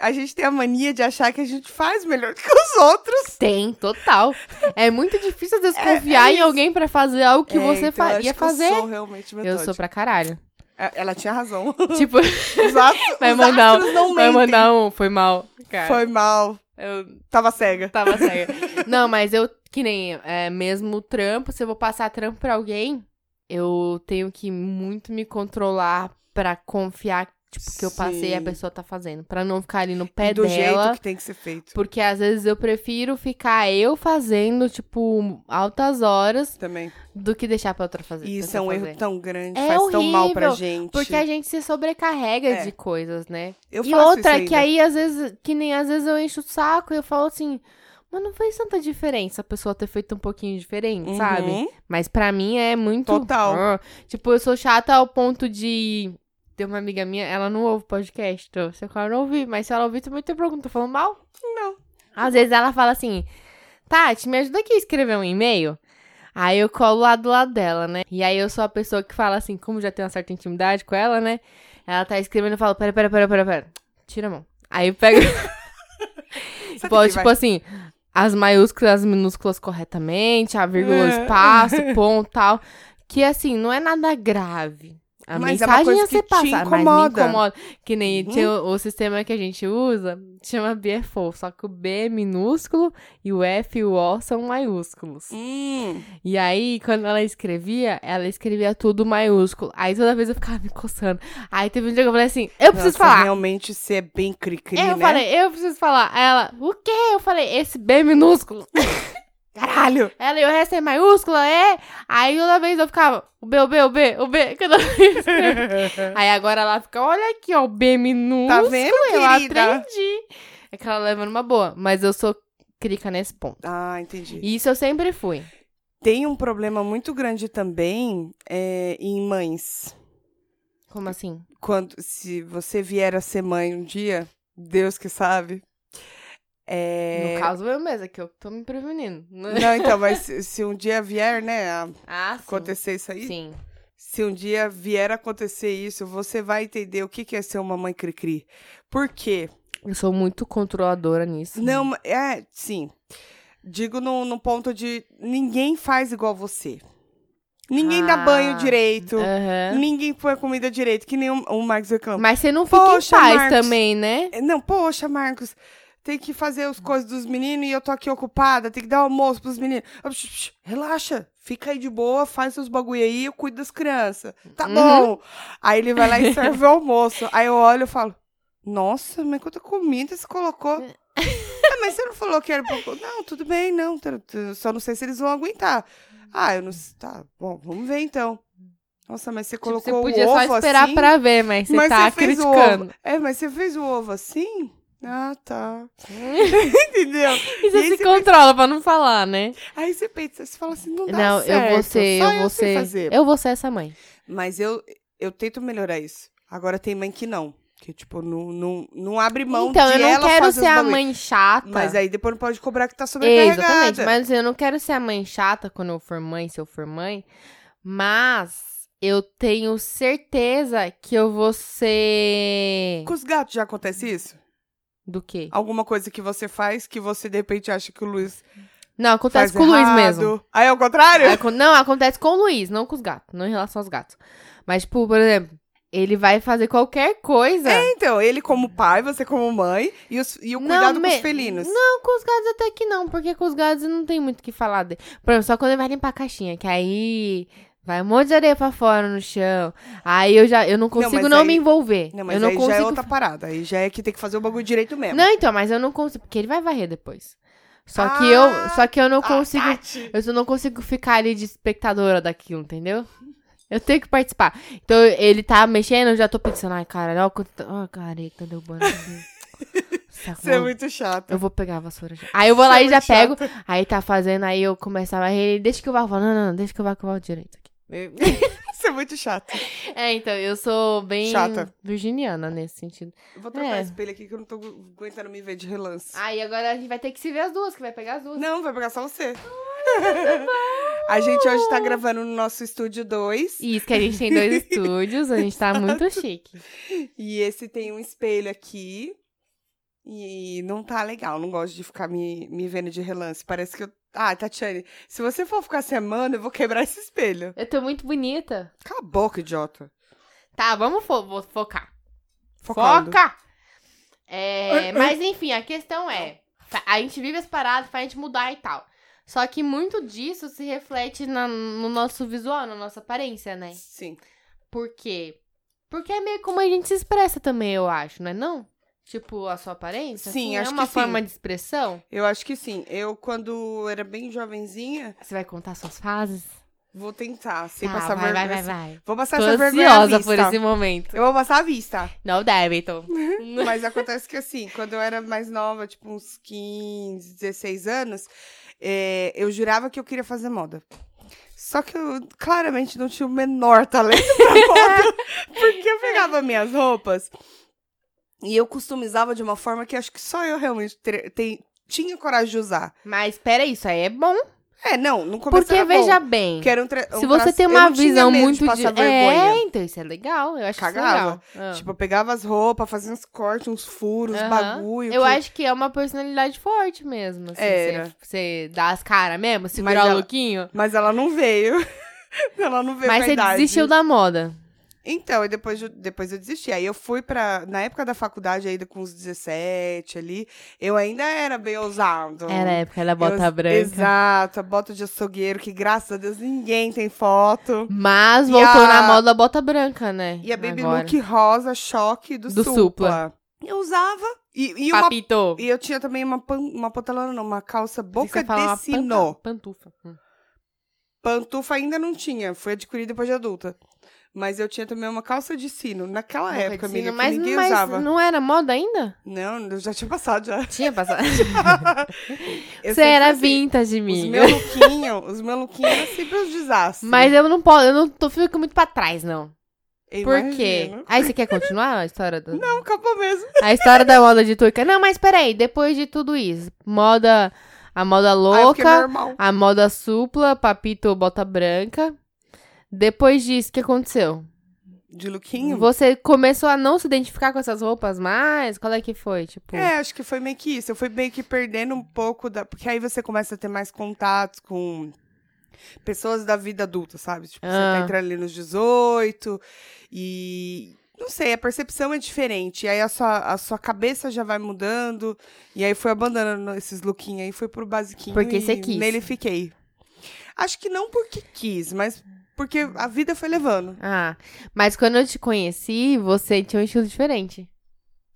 A gente tem a mania de achar que a gente faz melhor que os outros. Tem, total. É muito difícil às vezes confiar em alguém pra fazer algo que É, você então eu fa acho ia que eu fazer. sou realmente Eu metódica. sou pra caralho. É, Ela tinha razão. tipo, Os astros, vai os mandar, astros não um, vai mentem. mandar um. Foi mal. Cara, Foi mal. eu Tava cega. tava cega. Não, mas eu, que nem é, mesmo trampo, se eu vou passar trampo pra alguém, eu tenho que muito me controlar pra confiar, tipo, que eu passei e a Sim. pessoa tá fazendo. Pra não ficar ali no pé Do dela. jeito que tem que ser feito. Porque às vezes eu prefiro ficar eu fazendo, tipo, altas horas Também. do que deixar pra outra fazer. E isso é pessoa um fazer. erro tão grande, É faz tão mal pra horrível, gente. Porque a gente se sobrecarrega É. de coisas, né? eu e faço outra isso que ainda. aí, às vezes, que nem às vezes eu encho o saco e eu falo assim, mas não fez tanta diferença a pessoa ter feito um pouquinho diferente, sabe? Uhum. Mas pra mim é muito. Total. Ah, tipo, eu sou chata ao ponto de. Tem uma amiga minha, ela não ouve podcast. então, Se eu não ouvir, mas se ela ouvir, também tem pergunta. Tô falando mal? Não. Às vezes ela fala assim, Tati, me ajuda aqui a escrever um e-mail. Aí eu colo lá do lado dela, né? E aí eu sou a pessoa que fala assim, como já tenho uma certa intimidade com ela, né? Ela tá escrevendo e eu falo, pera, pera, pera, pera, pera. Tira a mão. Aí eu pego, Sabe tipo, que tipo vai- assim, as maiúsculas, as minúsculas corretamente, a vírgula, É. espaço, ponto, tal. Que assim, não é nada grave. A Mas é uma mensagem coisa ia que ser te passada, mas me incomoda. incomoda. Que nem Uhum. tem o, o sistema que a gente usa, chama BFO, só que o B é minúsculo e o F e o O são maiúsculos. Hum. E aí, quando ela escrevia, ela escrevia tudo maiúsculo. Aí toda vez eu ficava me coçando. Aí teve um dia que eu falei assim, eu preciso Nossa, falar. Realmente você é bem cri-cri, eu né? falei, eu preciso falar. Aí ela, o quê? Eu falei, esse B minúsculo. Caralho! Ela e o resto é maiúscula, é? Aí toda vez eu ficava, o B, o B, o B, o B. Cada vez. Aí agora ela fica, olha aqui, ó, o B minúsculo. Tá vendo, eu querida? aprendi. É que ela leva numa boa. Mas eu sou crica nesse ponto. Ah, entendi. E isso eu sempre fui. Tem um problema muito grande também é, em mães. Como assim? Quando, se você vier a ser mãe um dia, Deus que sabe. É... No caso, eu mesma, que eu tô me prevenindo. Não, então, mas se, se um dia vier, né, a Ah, sim. acontecer isso aí, Sim. se um dia vier a acontecer isso, você vai entender o que que é ser uma mãe cri-cri. Por quê? Eu sou muito controladora nisso. Não, ma- é, sim. Digo no, no ponto de ninguém faz igual você. Ninguém dá Ah, é. banho direito. Aham. Ninguém põe a comida direito, que nem o, o Marcos reclama. Mas você não fica Poxa, em paz Marcos. também, né? É, Não, poxa, Marcos, tem que fazer as coisas dos meninos e eu tô aqui ocupada, tem que dar almoço pros meninos. Ah, psh, psh, Relaxa, fica aí de boa, faz seus bagulho aí, eu cuido das crianças. Tá Uhum. bom. Aí ele vai lá e serve o almoço. Aí eu olho e falo, nossa, mas quanta comida você colocou. É. "Ah, mas você não falou que era pouco. Não, tudo bem, não. tá- tá- Só não sei se eles vão aguentar. Ah, eu não sei. Tá, bom, vamos ver então. Nossa, mas você Tipo, colocou você podia o ovo só esperar assim? pra ver, mas você Mas tá você fez o ovo. criticando. É, mas você fez o ovo assim? Ah, tá. Entendeu? E você E aí se controla pra não falar, né? Aí você pensa, você fala assim, não dá Não, certo. eu vou ser, só eu vou sei ser. fazer. Eu vou ser essa mãe. Mas eu, eu tento melhorar isso. Agora tem mãe que não. Que, tipo, não, não, não abre mão então, de eu não ela quero fazer ser os a bagulho. mãe chata. Mas aí depois não pode cobrar que tá sobrecarregada. Exatamente, mas assim, eu não quero ser a mãe chata quando eu for mãe, se eu for mãe, mas eu tenho certeza que eu vou ser. Com os gatos já acontece isso? Do quê? Alguma coisa que você faz que você de repente acha que o Luiz Não, acontece faz com o Luiz errado. mesmo. Aí é o contrário? Acon- Não, acontece com o Luiz, não com os gatos, não em relação aos gatos. Mas, tipo, por exemplo, ele vai fazer qualquer coisa. Então, ele como pai, você como mãe e, os- e o Não, cuidado com me- os felinos. Não, com os gatos até que não, porque com os gatos não tem muito o que falar. De... Por exemplo, só quando ele vai limpar a caixinha, que aí vai um monte de areia pra fora no chão. Aí eu já eu não consigo mas não aí- me envolver. Não, mas eu não aí consigo. já é outra parada. Aí já é que tem que fazer o bagulho direito mesmo. Não, então, mas eu não consigo, porque ele vai varrer depois. Só que Ah, eu, só que eu não consigo, Ah, Tati. eu só não consigo ficar ali de espectadora daquilo, entendeu? Eu tenho que participar. Então ele tá mexendo, eu já tô pensando, ai, cara, olha o quanto, ó, a areia que tá derrubando. aqui. Saco, Você é mano. muito chata. Eu vou pegar a vassoura já. Aí eu vou lá Você é e já muito pego. chata. Aí tá fazendo, aí eu começava a rir. Deixa que eu vá. Eu falo, Não, não, não, deixa que eu vá covar o direito aqui. Você é muito chata. é, então, eu sou bem Chata. virginiana nesse sentido. Eu vou trocar É. Ah, o espelho aqui que eu não tô aguentando me ver de relance. Aí agora a gente vai ter que se ver as duas, que vai pegar as duas. Não, vai pegar só você. a gente hoje tá gravando no nosso estúdio 2. Isso, que a gente tem dois estúdios, a gente tá muito chique. E esse tem um espelho aqui. E não tá legal, não gosto de ficar me, me vendo de relance. Parece que eu. Ah, Tatiane, se você for ficar semana, eu vou quebrar esse espelho. Eu tô muito bonita. Cala a boca, idiota. Tá, vamos fo- vou focar. Focando. Foca! É, mas enfim, a questão é: tá, a gente vive as paradas pra gente mudar e tal. Só que muito disso se reflete na- no nosso visual, na nossa aparência, né? Sim. Por quê? Porque é meio como a gente se expressa também, eu acho, não é não? Tipo, a sua aparência? assim, Sim, acho É uma que sim. forma de expressão? Eu acho que sim. Eu, quando era bem jovenzinha, Você vai contar suas fases? vou tentar, sem Tá, passar vai, vergonha. vai, vai, assim. vai. Vou passar Tô essa vergonha à ansiosa vista. por esse momento. Eu vou passar a vista. Não deve, então. Mas acontece que assim, quando eu era mais nova, tipo uns 15, 16 anos, eh, eu jurava que eu queria fazer moda. Só que eu claramente não tinha o menor talento pra moda. Porque eu pegava minhas roupas e eu customizava de uma forma que acho que só eu realmente ter- tem- tinha coragem de usar. Mas peraí, isso aí é bom. É, não, não começou Porque veja bem. Que era um tra- um Se você traço- tem eu uma não tinha visão medo muito de passar É, vergonha. então isso é legal. Eu acho Cagava. isso legal. Ah. Tipo, eu pegava as roupas, fazia uns cortes, uns furos, Aham. bagulho. Eu que- acho que é uma personalidade forte mesmo. Assim, Era. Você, você dá as caras mesmo, segurar Mas o ela- É looquinho. Mas ela não veio. ela não veio Mas com a você idade. desistiu da moda. Então, e depois, eu- depois eu desisti. Aí eu fui pra. Na época da faculdade, ainda com uns 17 ali, eu ainda era bem ousado. Era a época da bota Eu- branca. Exato, a bota de açougueiro, que graças a Deus ninguém tem foto. Mas E voltou a- na moda a bota branca, né? E a Baby Agora. Look rosa choque do, Do supla. Supla. Eu usava. E, e uma Papito. E eu tinha também uma, pan, uma pantalona, não, uma calça boca Você fala é uma de sino. panta- Pantufa. Hum. Pantufa ainda não tinha, foi adquirida depois de adulta. Mas eu tinha também uma calça de sino. Naquela Boca de época, sino, amiga, mas, que ninguém mas usava. não era moda ainda? Não, eu já tinha passado já. Tinha passado. Eu Você sempre era fui assim, vintage, Os amiga. meus lookinhos, os meus lookinhos eram sempre um os desastres. Mas eu não posso, eu não tô fico muito pra trás, não. Eu Por quê? imagino. Aí você quer continuar a história do... Não, acabou É um mesmo. A história da moda de turca. Não, mas peraí, depois de tudo isso, moda. A moda Aí eu fiquei louca, é normal. a moda supla, papito, bota branca. Depois disso, o que aconteceu? De lookinho? Você começou a não se identificar com essas roupas mais? Qual é que foi? Tipo, É, acho que foi meio que isso. Eu fui meio que perdendo um pouco da. Porque aí você começa a ter mais contatos com pessoas da vida adulta, sabe? Tipo, você Ah. tá entrando ali nos 18 e. Não sei, a percepção é diferente. E aí a sua, a sua cabeça já vai mudando. E aí fui abandonando esses lookinhos aí, fui pro basiquinho. Porque e você quis. Nele fiquei. Acho que não porque quis, mas porque a vida foi levando. ah, mas quando eu te conheci, você tinha um estilo diferente.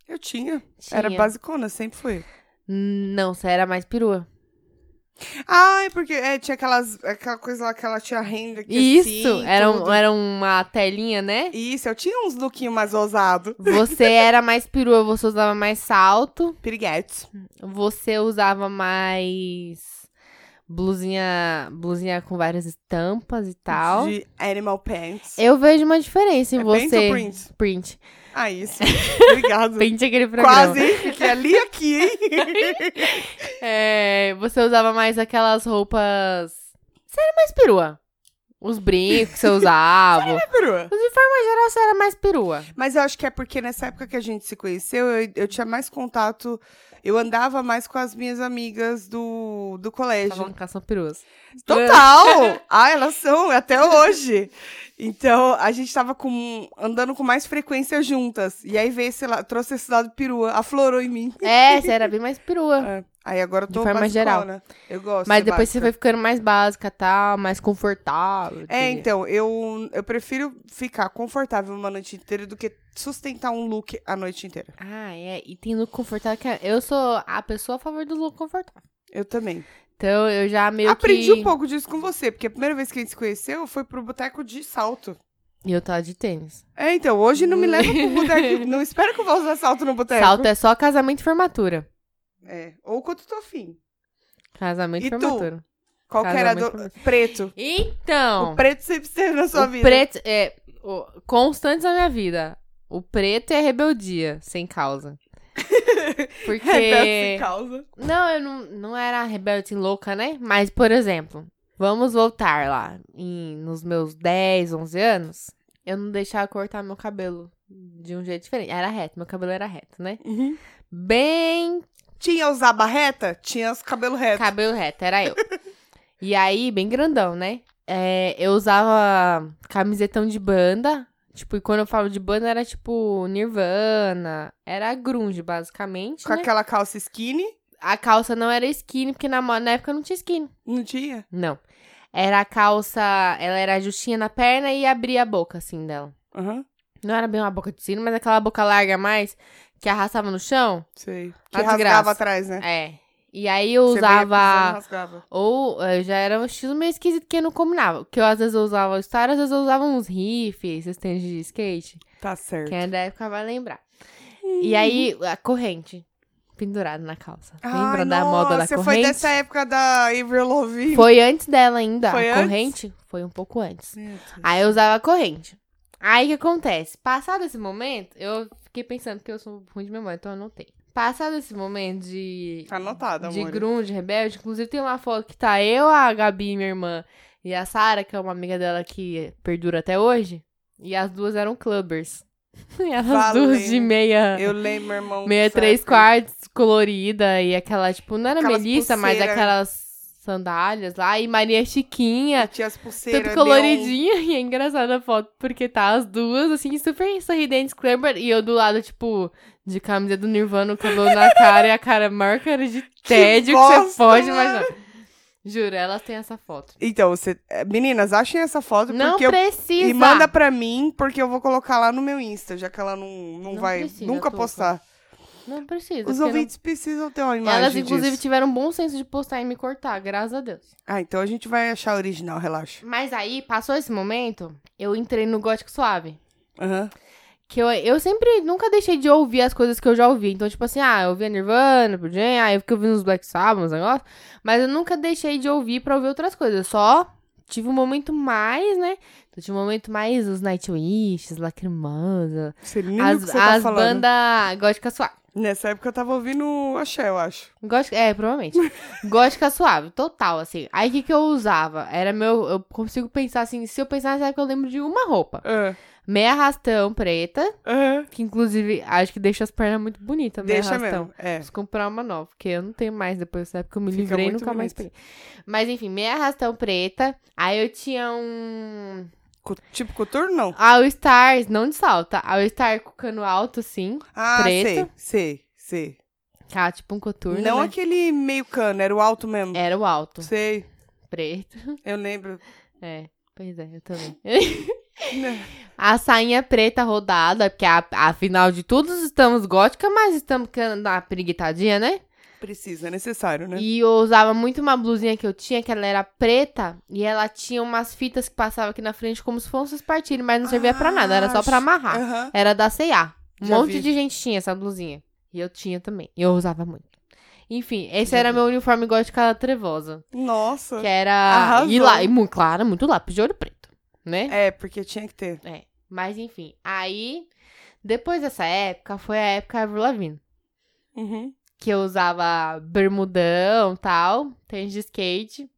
Eu tinha. Tinha. Era basicona, sempre foi. Não, você era mais perua. Ai, porque é, tinha aquelas, aquela coisa lá que ela tinha renda que Isso, assim, era, um- tudo. era uma telinha, né? Isso, eu tinha uns lookinhos mais ousados. Você era mais perua, você usava mais salto. Piriguete. Você usava mais blusinha, blusinha com várias estampas e tal. De Animal Pants. Eu vejo uma diferença em É você. pants ou print? Print. Ah, isso. Obrigado. Print é aquele programa. Quase, hein? Fiquei ali e aqui, hein? É, você usava mais aquelas roupas. Você era mais perua. Os brincos que você usava. Perua. Mas geral você era mais perua. É, Mas eu acho que é porque nessa época que a gente se conheceu, eu, eu tinha mais contato. Eu andava mais com as minhas amigas do, do colégio. Estavam caçando peruas. Total! É. ah, elas são até hoje. Então, a gente tava com, andando com mais frequência juntas. E aí veio esse lado, trouxe esse lado perua, aflorou em mim. É, você era bem mais perua. É. Aí agora eu tô De forma geral. basicona. Eu gosto. Mas de depois você foi básica. ficando mais básica tal, mais confortável. É, entendeu? então, eu, eu prefiro ficar confortável uma noite inteira do que sustentar um look a noite inteira. Ah, é. E tem look confortável que é- eu sou a pessoa a favor do look confortável. Eu também. Então eu já meio Aprendi que... um pouco disso com você, porque a primeira vez que a gente se conheceu foi pro boteco de salto. E eu tava de tênis. É, então, hoje não me leva pro boteco. não espero que eu vá usar salto no boteco. Hum. Salto é só casamento e formatura. É, ou quando tô afim. Casamento e, E tu? formatura. Qual que era Casamento do... Preto. Então, O preto sempre esteve na sua o vida. preto é o- constante na minha vida. O preto é rebeldia, sem causa. Porque... Rebelde É, sem causa. Não, eu não, não era rebelde louca, né? Mas, por exemplo, vamos voltar lá. em- nos meus 10, 11 anos, eu não deixava cortar meu cabelo de um jeito diferente. Era reto, meu cabelo era reto, né? Uhum. Bem Tinha usar barreta? Tinha os cabelo reto. cabelo reto, era eu. e aí, bem grandão, né? É, eu usava camisetão de banda. Tipo, e quando eu falo de banda, era tipo Nirvana. Era grunge, basicamente. Com né? aquela calça skinny? A calça não era skinny, porque na, mo- na época não tinha skinny. Não tinha? Não. Era a calça, ela era justinha na perna e abria a boca, assim, dela. Aham, Não era bem uma boca de sino, mas aquela boca larga mais, que arrastava no chão. sei. Que A rasgava desgraça. atrás, né? É. E aí Tá eu Você veio pisando, usava. rasgava. Ou eh, já era um estilo meio esquisito que eu não combinava. Que eu às vezes eu usava star, às vezes eu usava uns riffs, esses tênis de skate. Tá certo. Quem é da época vai lembrar. E aí, a corrente pendurada na calça. Ai, Lembra da moda da nossa, corrente? foi dessa época da Avril Lavigne? Foi antes dela ainda. Foi a antes? corrente foi um pouco antes. Meu Deus. Aí eu usava corrente. Aí o que acontece? Passado esse momento, eu fiquei pensando que eu sou ruim de memória, então eu anotei. Passado esse momento de, Tá anotado, de amor. grunge, rebelde, inclusive tem uma foto que tá eu, a Gabi, minha irmã, e a Sara, que é uma amiga dela que perdura até hoje. E as duas eram clubbers. E elas duas de Valendo. meia. Eu lembro, meu irmão. Meia dessa três época. quartos colorida e aquela, tipo, não era Aquelas melissa, mas pulseira. aquelas sandálias lá, e Maria Chiquinha, Tinha as pulseiras. tudo neon. coloridinha. E é engraçada a foto, porque tá as duas, assim, super sorridentes, Clamber, e eu do lado, tipo, de camisa do Nirvana, o cabelo na cara, e a cara, a maior cara de tédio que, bosta, né? você pode mano. imaginar. Juro, elas têm essa foto. Então, você... é, meninas, achem essa foto Não porque eu... precisa. E manda pra mim, porque eu vou colocar lá no meu Insta, já que ela não, não, Não vai precisa, nunca Tuca. postar. Não precisa. Os porque não- ouvintes precisam ter uma imagem Elas, inclusive, disso. tiveram um bom senso de postar e me cortar, graças a Deus. Ah, então a gente vai achar a original, relaxa. Mas aí, passou esse momento, eu entrei no Gótico Suave. Aham. Que eu, eu sempre nunca deixei de ouvir as coisas que eu já ouvi. Então, tipo assim, ah, eu ouvia Nirvana, Pearl Jam, ah, eu fiquei ouvindo os Black Sabbath, os negócios. Mas eu nunca deixei de ouvir pra ouvir outras coisas. Eu só tive um momento mais, né? Eu tive um momento mais os Nightwish, Lacrimosa, Você nem as, as, que você tá as falando. bandas gótica suave. Nessa época eu tava ouvindo Axé, eu acho. Gótica, é, provavelmente. Gótica suave, total, assim. Aí o que, que eu usava? Era meu. Eu consigo pensar assim. Se eu pensar nessa época, eu lembro de uma roupa: Ah, meia rastão preta, ah. que inclusive acho que deixa as pernas muito bonitas, meia Deixa rastão. mesmo. É. Preciso comprar uma nova, porque eu não tenho mais depois dessa época. Eu me Fica livrei e muito nunca mais bonito. peguei. Mas enfim, meia rastão preta. Aí eu tinha um. Co- Tipo coturno, não? All Stars, não de salta. All Star com cano alto, sim. Ah, Preto. sei, sei, sei. Que era tipo um coturno. não né? aquele meio cano, era o alto mesmo. Era o alto, Sei, preto. eu lembro. É, pois é, eu também. Né? A sainha preta rodada, porque a- afinal de tudo estamos gótica, mas estamos can- na periguitadinha, né? Precisa, é necessário, né? E eu usava muito uma blusinha que eu tinha, que ela era preta, e ela tinha umas fitas que passavam aqui na frente como se fossem os partilhos, mas não servia pra nada, era só pra amarrar. Aham. Era da C&A. Um Ah, é. Já monte vi. de gente tinha essa blusinha. E eu tinha também. E eu usava muito. Enfim, esse Já era vi. meu uniforme gótica trevosa. Nossa. Que era. Arrasou. E lá, e muito claro, muito lápis de olho preto, né? É, porque tinha que ter. É, mas enfim. Aí, depois dessa época, foi a época Avril Lavigne. Uhum. Que eu usava bermudão tal, tênis de skate,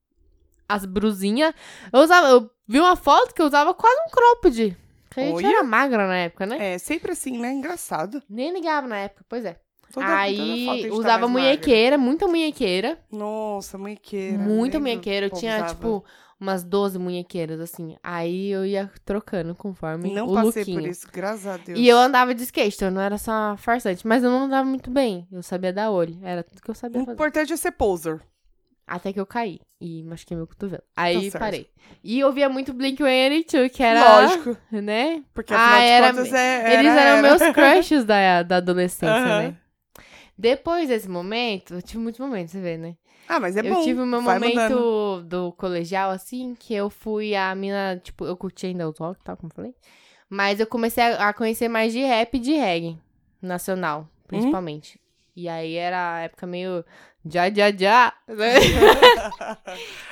as brusinhas. Eu usava, eu vi uma foto que eu usava quase um cropped. Porque a gente Olha. era magra na época, né? É, sempre assim, né? Engraçado. Nem ligava na época, pois é. Toda, toda foto a Aí gente tá usava mais munhequeira, muita munhequeira. magra. Nossa, munhequeira. Muita lembro munhequeira. Eu como tinha, usava. tipo, umas 12 munhequeiras, assim. Aí eu ia trocando conforme Não um o passei lookinho. por isso, graças a Deus. E eu andava de skate, então eu não era só farsante. Mas eu não andava muito bem. Eu sabia dar olho. Era tudo que eu O sabia fazer. importante é ser poser. Até que eu caí e machuquei meu cotovelo. Aí Tá certo. parei. E eu via muito Blink-182, que era... Lógico. Né? Porque Ah, afinal era- de contas é. Eles era- eram era. meus crushes da, da adolescência, Aham. né? Depois desse momento... Eu tive muitos momentos, você vê, né? Ah, mas é eu bom. tive o meu vai momento mudando. do colegial, assim, que eu fui a mina, tipo, eu curti ainda o rock e tal, como eu falei. Mas eu comecei a, a conhecer mais de rap e de reggae, nacional, Hum? principalmente. E aí era a época meio já, já, já, né?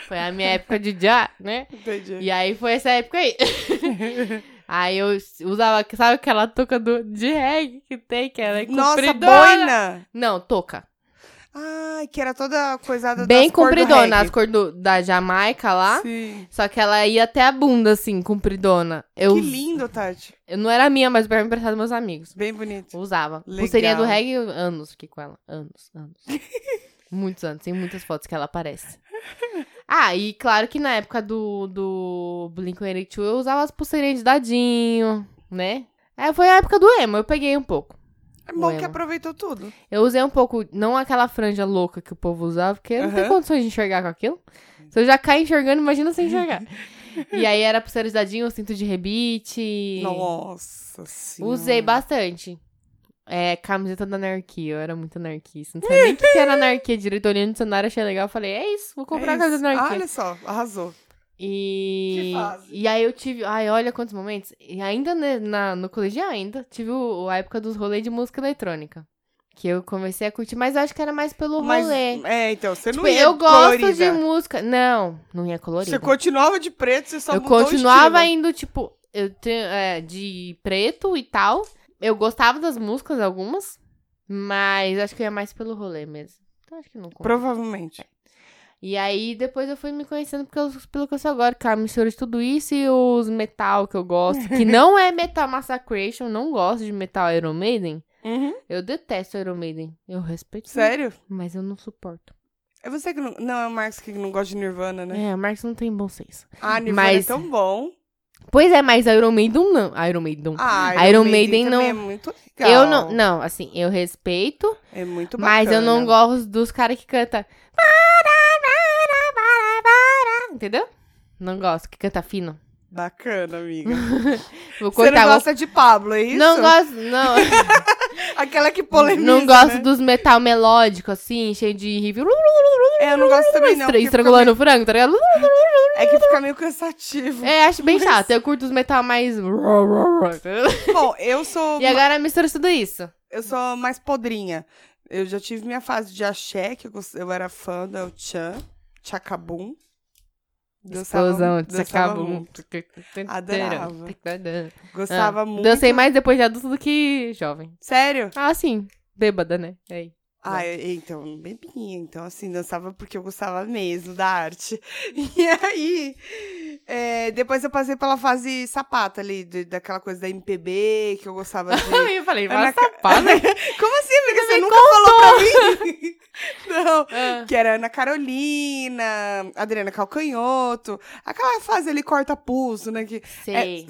foi a minha época de já, né? Entendi. E aí foi essa época aí. aí eu usava, sabe aquela touca do, de reggae que tem, que era Nossa, compridona? boina! Não, touca. Ai, que era toda coisada Bem das cor do compridona, reggae. as cores do- da Jamaica lá. Sim. Só que ela ia até a bunda, assim, compridona. Eu, Que lindo, Tati. eu não era minha, mas eu pegava emprestado dos meus amigos. Bem bonito. Usava. Legal. Pulseirinha do reggae, eu- anos fiquei com ela. Anos, anos. Muitos anos. Tem muitas fotos que ela aparece. Ah, e claro que na época do, do Blink-182 eu usava as pulseirinhas de dadinho, né? É, foi a época do emo, eu peguei um pouco. É bom Ué, que mano. aproveitou tudo. Eu usei um pouco, não aquela franja louca que o povo usava, porque eu não tem Aham. condições de enxergar com aquilo. Se eu já caio enxergando, imagina sem enxergar. e aí era pulseira de dadinho, um cinto de rebite. Nossa senhora. Usei bastante. É, camiseta da anarquia, eu era muito anarquista. Não sabia nem o que que era anarquia direito. Olhando no cenário, achei legal. Falei, é isso, vou É comprar a camiseta isso. da Ah, anarquia. Olha só, arrasou. E... Que fase. E aí eu tive... Ai, olha quantos momentos. E ainda ne- na, no colegial ainda, tive o, a época dos rolês de música eletrônica. Que eu comecei a curtir, mas eu acho que era mais pelo Mas, rolê. é, então, você Tipo, não ia eu gosto de colorida. música. Não, não ia colorida. Você continuava de preto, você só eu mudou o continuava estilo. indo, tipo, eu te- é, de preto e tal. Eu gostava das músicas, algumas. Mas acho que eu ia mais pelo rolê mesmo. Então acho que não conta. Provavelmente. E aí depois eu fui me conhecendo porque eu, pelo que eu sou agora, que é a mistura de tudo isso e os metal que eu gosto, que não é metal Massacration, não gosto de metal Iron Maiden. Uhum. Eu detesto Iron Maiden. Eu respeito, Sério? mas eu não suporto. É você que não. Não, é o Marcos que não gosta de Nirvana, né? É, o Marcos não tem bom senso. Ah, Nirvana Mas- é tão bom. Pois é, mas Iron Maiden não. Iron Maiden. Ah, Iron Maiden também não- É muito legal. eu não. Não, assim, eu respeito, É muito bacana. mas eu não gosto dos caras que canta. Entendeu? Não gosto, que canta fino. Bacana, amiga. Vou Você cortar não vou- gosta de Pablo, é isso? Não gosto, não. Aquela que polemiza, não gosto né? dos metal melódico, assim, cheio de riff. É, eu não gosto também, não. estra- porque fica Estrangulando o frango, tá ligado? meio- É que fica meio cansativo. É, acho bem chato. Eu curto os metal mais. Bom, eu sou, tá E agora mistura tudo isso. eu sou mais podrinha. Eu já tive minha fase de axé, que eu, gost- eu era fã do Tchan, Tchacabum. Dançava- Explosão, dançava tchacabum. muito. Adorava. Gostava Ah, muito. Dancei mais depois de adulto do que jovem. Sério? Ah, sim. Bêbada, né? É. Ah, eu- então, não bebia. Então, assim, dançava porque eu gostava mesmo da arte. E aí, é, depois eu passei pela fase sapata ali, de- daquela coisa da MPB, que eu gostava de... Aí eu falei, vai Ana- É sapada. Como assim, amiga? Você me nunca falou pra mim? não. Ah. Que era Ana Carolina, Adriana Calcanhoto. Aquela fase ali corta pulso, né? Que... Sei. É,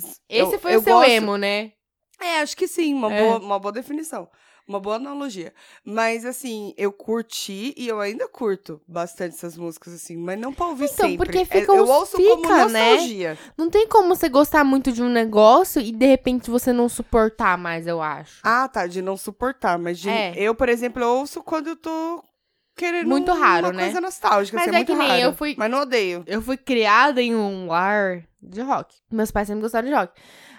eu- Esse foi eu o seu gosto- emo, né? É, acho que sim, uma, É. boa, uma boa definição. Uma boa analogia. Mas, assim, eu curti e eu ainda curto bastante essas músicas, assim, mas não pra ouvir Então, sempre. porque É, fica eu um- ouço como fica, né? nostalgia. Não tem como você gostar muito de um negócio e de repente você não suportar mais, eu acho. Ah, tá, de não suportar. Mas de- É. eu, por exemplo, eu ouço quando eu tô querendo Muito uma raro, né? coisa nostálgica. Mas assim, é muito que nem raro. eu fui- Mas não odeio. Eu fui criada em um lar de rock. Meus pais sempre gostaram de rock.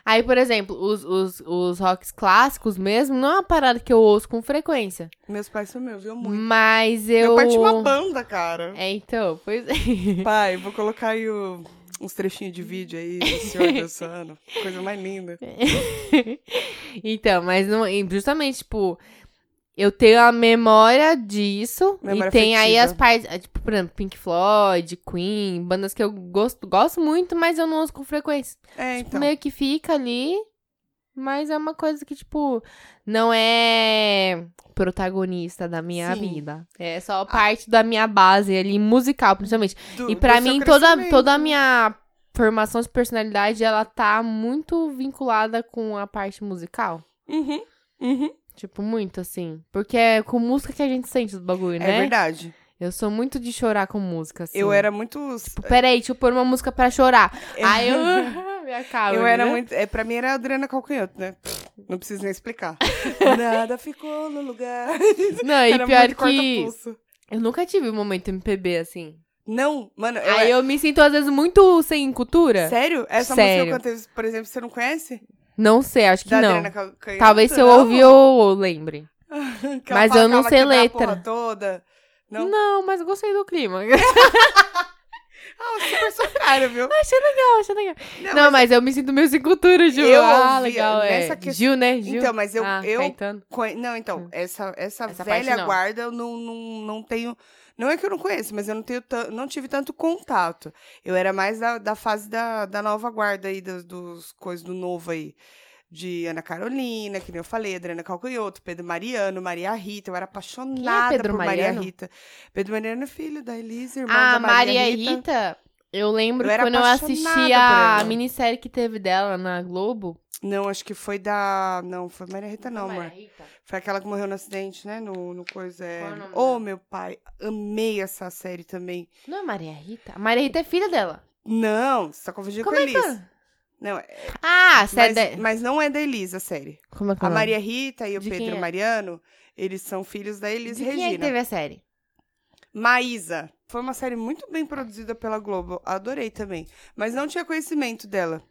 Aí, por exemplo, os, os, os rocks clássicos mesmo, não é uma parada que eu ouço com frequência. Meus pais são meus, viu muito. Mas Eu... eu. Meu pai tinha uma banda, cara. É, então, pois é. Pai, vou colocar aí o- uns trechinhos de vídeo aí do senhor dançando. Coisa mais linda. então, mas não, e justamente, tipo, eu tenho a memória disso. Memória e tem aí afetiva. as partes, ah, tipo, por exemplo, Pink Floyd, Queen, bandas que eu gosto, gosto muito, mas eu não ouço com frequência. É, Tipo, então. meio que fica ali, mas é uma coisa que, tipo, não é protagonista da minha Sim. Ah. vida. É só parte da minha base ali, musical, principalmente. Hum, Do- E do pra seu mim, toda, crescimento. né? toda a minha formação de personalidade, ela tá muito vinculada com a parte musical. Uhum, uhum. Tipo, muito, assim. Porque é com música que a gente sente os bagulho, É né? verdade. Eu sou muito de chorar com música, assim. Eu era muito. Tipo, peraí, deixa eu pôr uma música pra chorar. Aí eu... Me acabo, Eu era né? muito. É, pra mim era Adriana Calcanhoto, né? Pff, Não preciso nem explicar. Nada ficou no lugar. Não, e era pior muito que... corta-pulso. Eu nunca tive um momento MPB, assim. Não, mano. Eu é- Aí eu me sinto, às vezes, muito sem cultura. Sério? Essa música Sério. eu cantei, por exemplo, você não conhece? Não sei, acho que Da não. Adriana Calcanhoto? Talvez se eu Não? ouvir, eu, eu lembre. Que ela Mas fala eu que não ela sei quebra a letra. porra toda. Não? Não, mas eu gostei do clima. Ah, super sua cara, viu? achei legal, achei legal. Não, Não, mas eu me sinto meio sem cultura, Gil. Eu ah, ouvi- legal, nessa é. questão- Gil, né? Gil. Então, mas eu. ah, eu Caetano. conhe- Não, então, Hum. essa, essa, Essa parte velha não. guarda eu não, não, não tenho. Não é que eu não conheço, mas eu não, tenho tan- não tive tanto contato. Eu era mais da, da fase da, da nova guarda aí, dos, dos coisas do novo aí. De Ana Carolina, que nem eu falei, Adriana Calcanhoto, Pedro Mariano, Maria Rita. Eu era apaixonada é Pedro por Mariano? Maria Rita. Pedro Mariano é filho da Elisa, irmã Ah, da Maria, Maria, Rita. eu lembro Eu era quando eu assisti apaixonada por a ela. minissérie que teve dela na Globo. Não, acho que foi da. Não, foi Maria Rita, não, amor. Rita. Foi aquela que morreu no acidente, né? No, no coisa. É... Qual é o nome Oh, dela? meu pai, amei essa série também. Não é Maria Rita? A Maria Rita é filha dela. Não, você tá confundindo Como com a é que Elisa. é? Não, é- Ah, sério. mas, da- mas não é da Elisa a série. Como é que é? A o nome? Maria Rita e o De quem Pedro é? Mariano, eles são filhos da De Elisa quem é que Regina. teve a série? Maísa. Foi uma série muito bem produzida pela Globo. Adorei também. Mas não tinha conhecimento dela.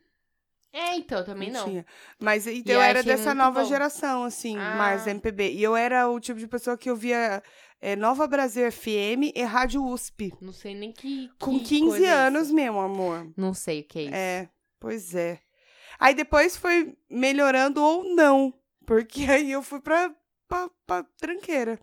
É, então, também não. tinha. Mas então E eu eu era achei dessa muito nova bom. geração, assim, Ah. mais MPB. E eu era o tipo de pessoa que eu via é, Nova Brasil FM e Rádio USP. Não sei nem que. Com que 15 coisa é isso. anos, meu amor. Não sei o que é isso. É, pois é. Aí depois foi melhorando ou não. Porque aí eu fui pra, pra, pra tranqueira.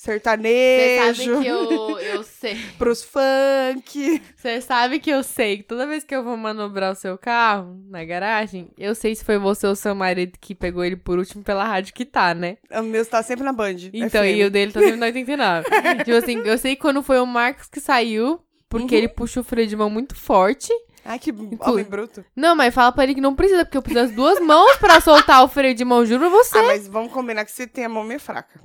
É, Você sabe sertanejo, que eu, eu sei. pros funk. Você sabe que eu sei que toda vez que eu vou manobrar o seu carro na garagem, eu sei se foi você ou seu marido que pegou ele por último pela rádio que tá, né? O meu tá sempre na Band. Então, e o dele tá sempre na 89. tipo assim, eu sei quando foi o Marcos que saiu, porque Uhum. ele puxa o freio de mão muito forte. Ai, que homem bruto. Não, mas fala pra ele que não precisa, porque eu preciso das duas mãos pra soltar o freio de mão, juro pra você. Ah, mas vamos combinar que você tem a mão meio fraca.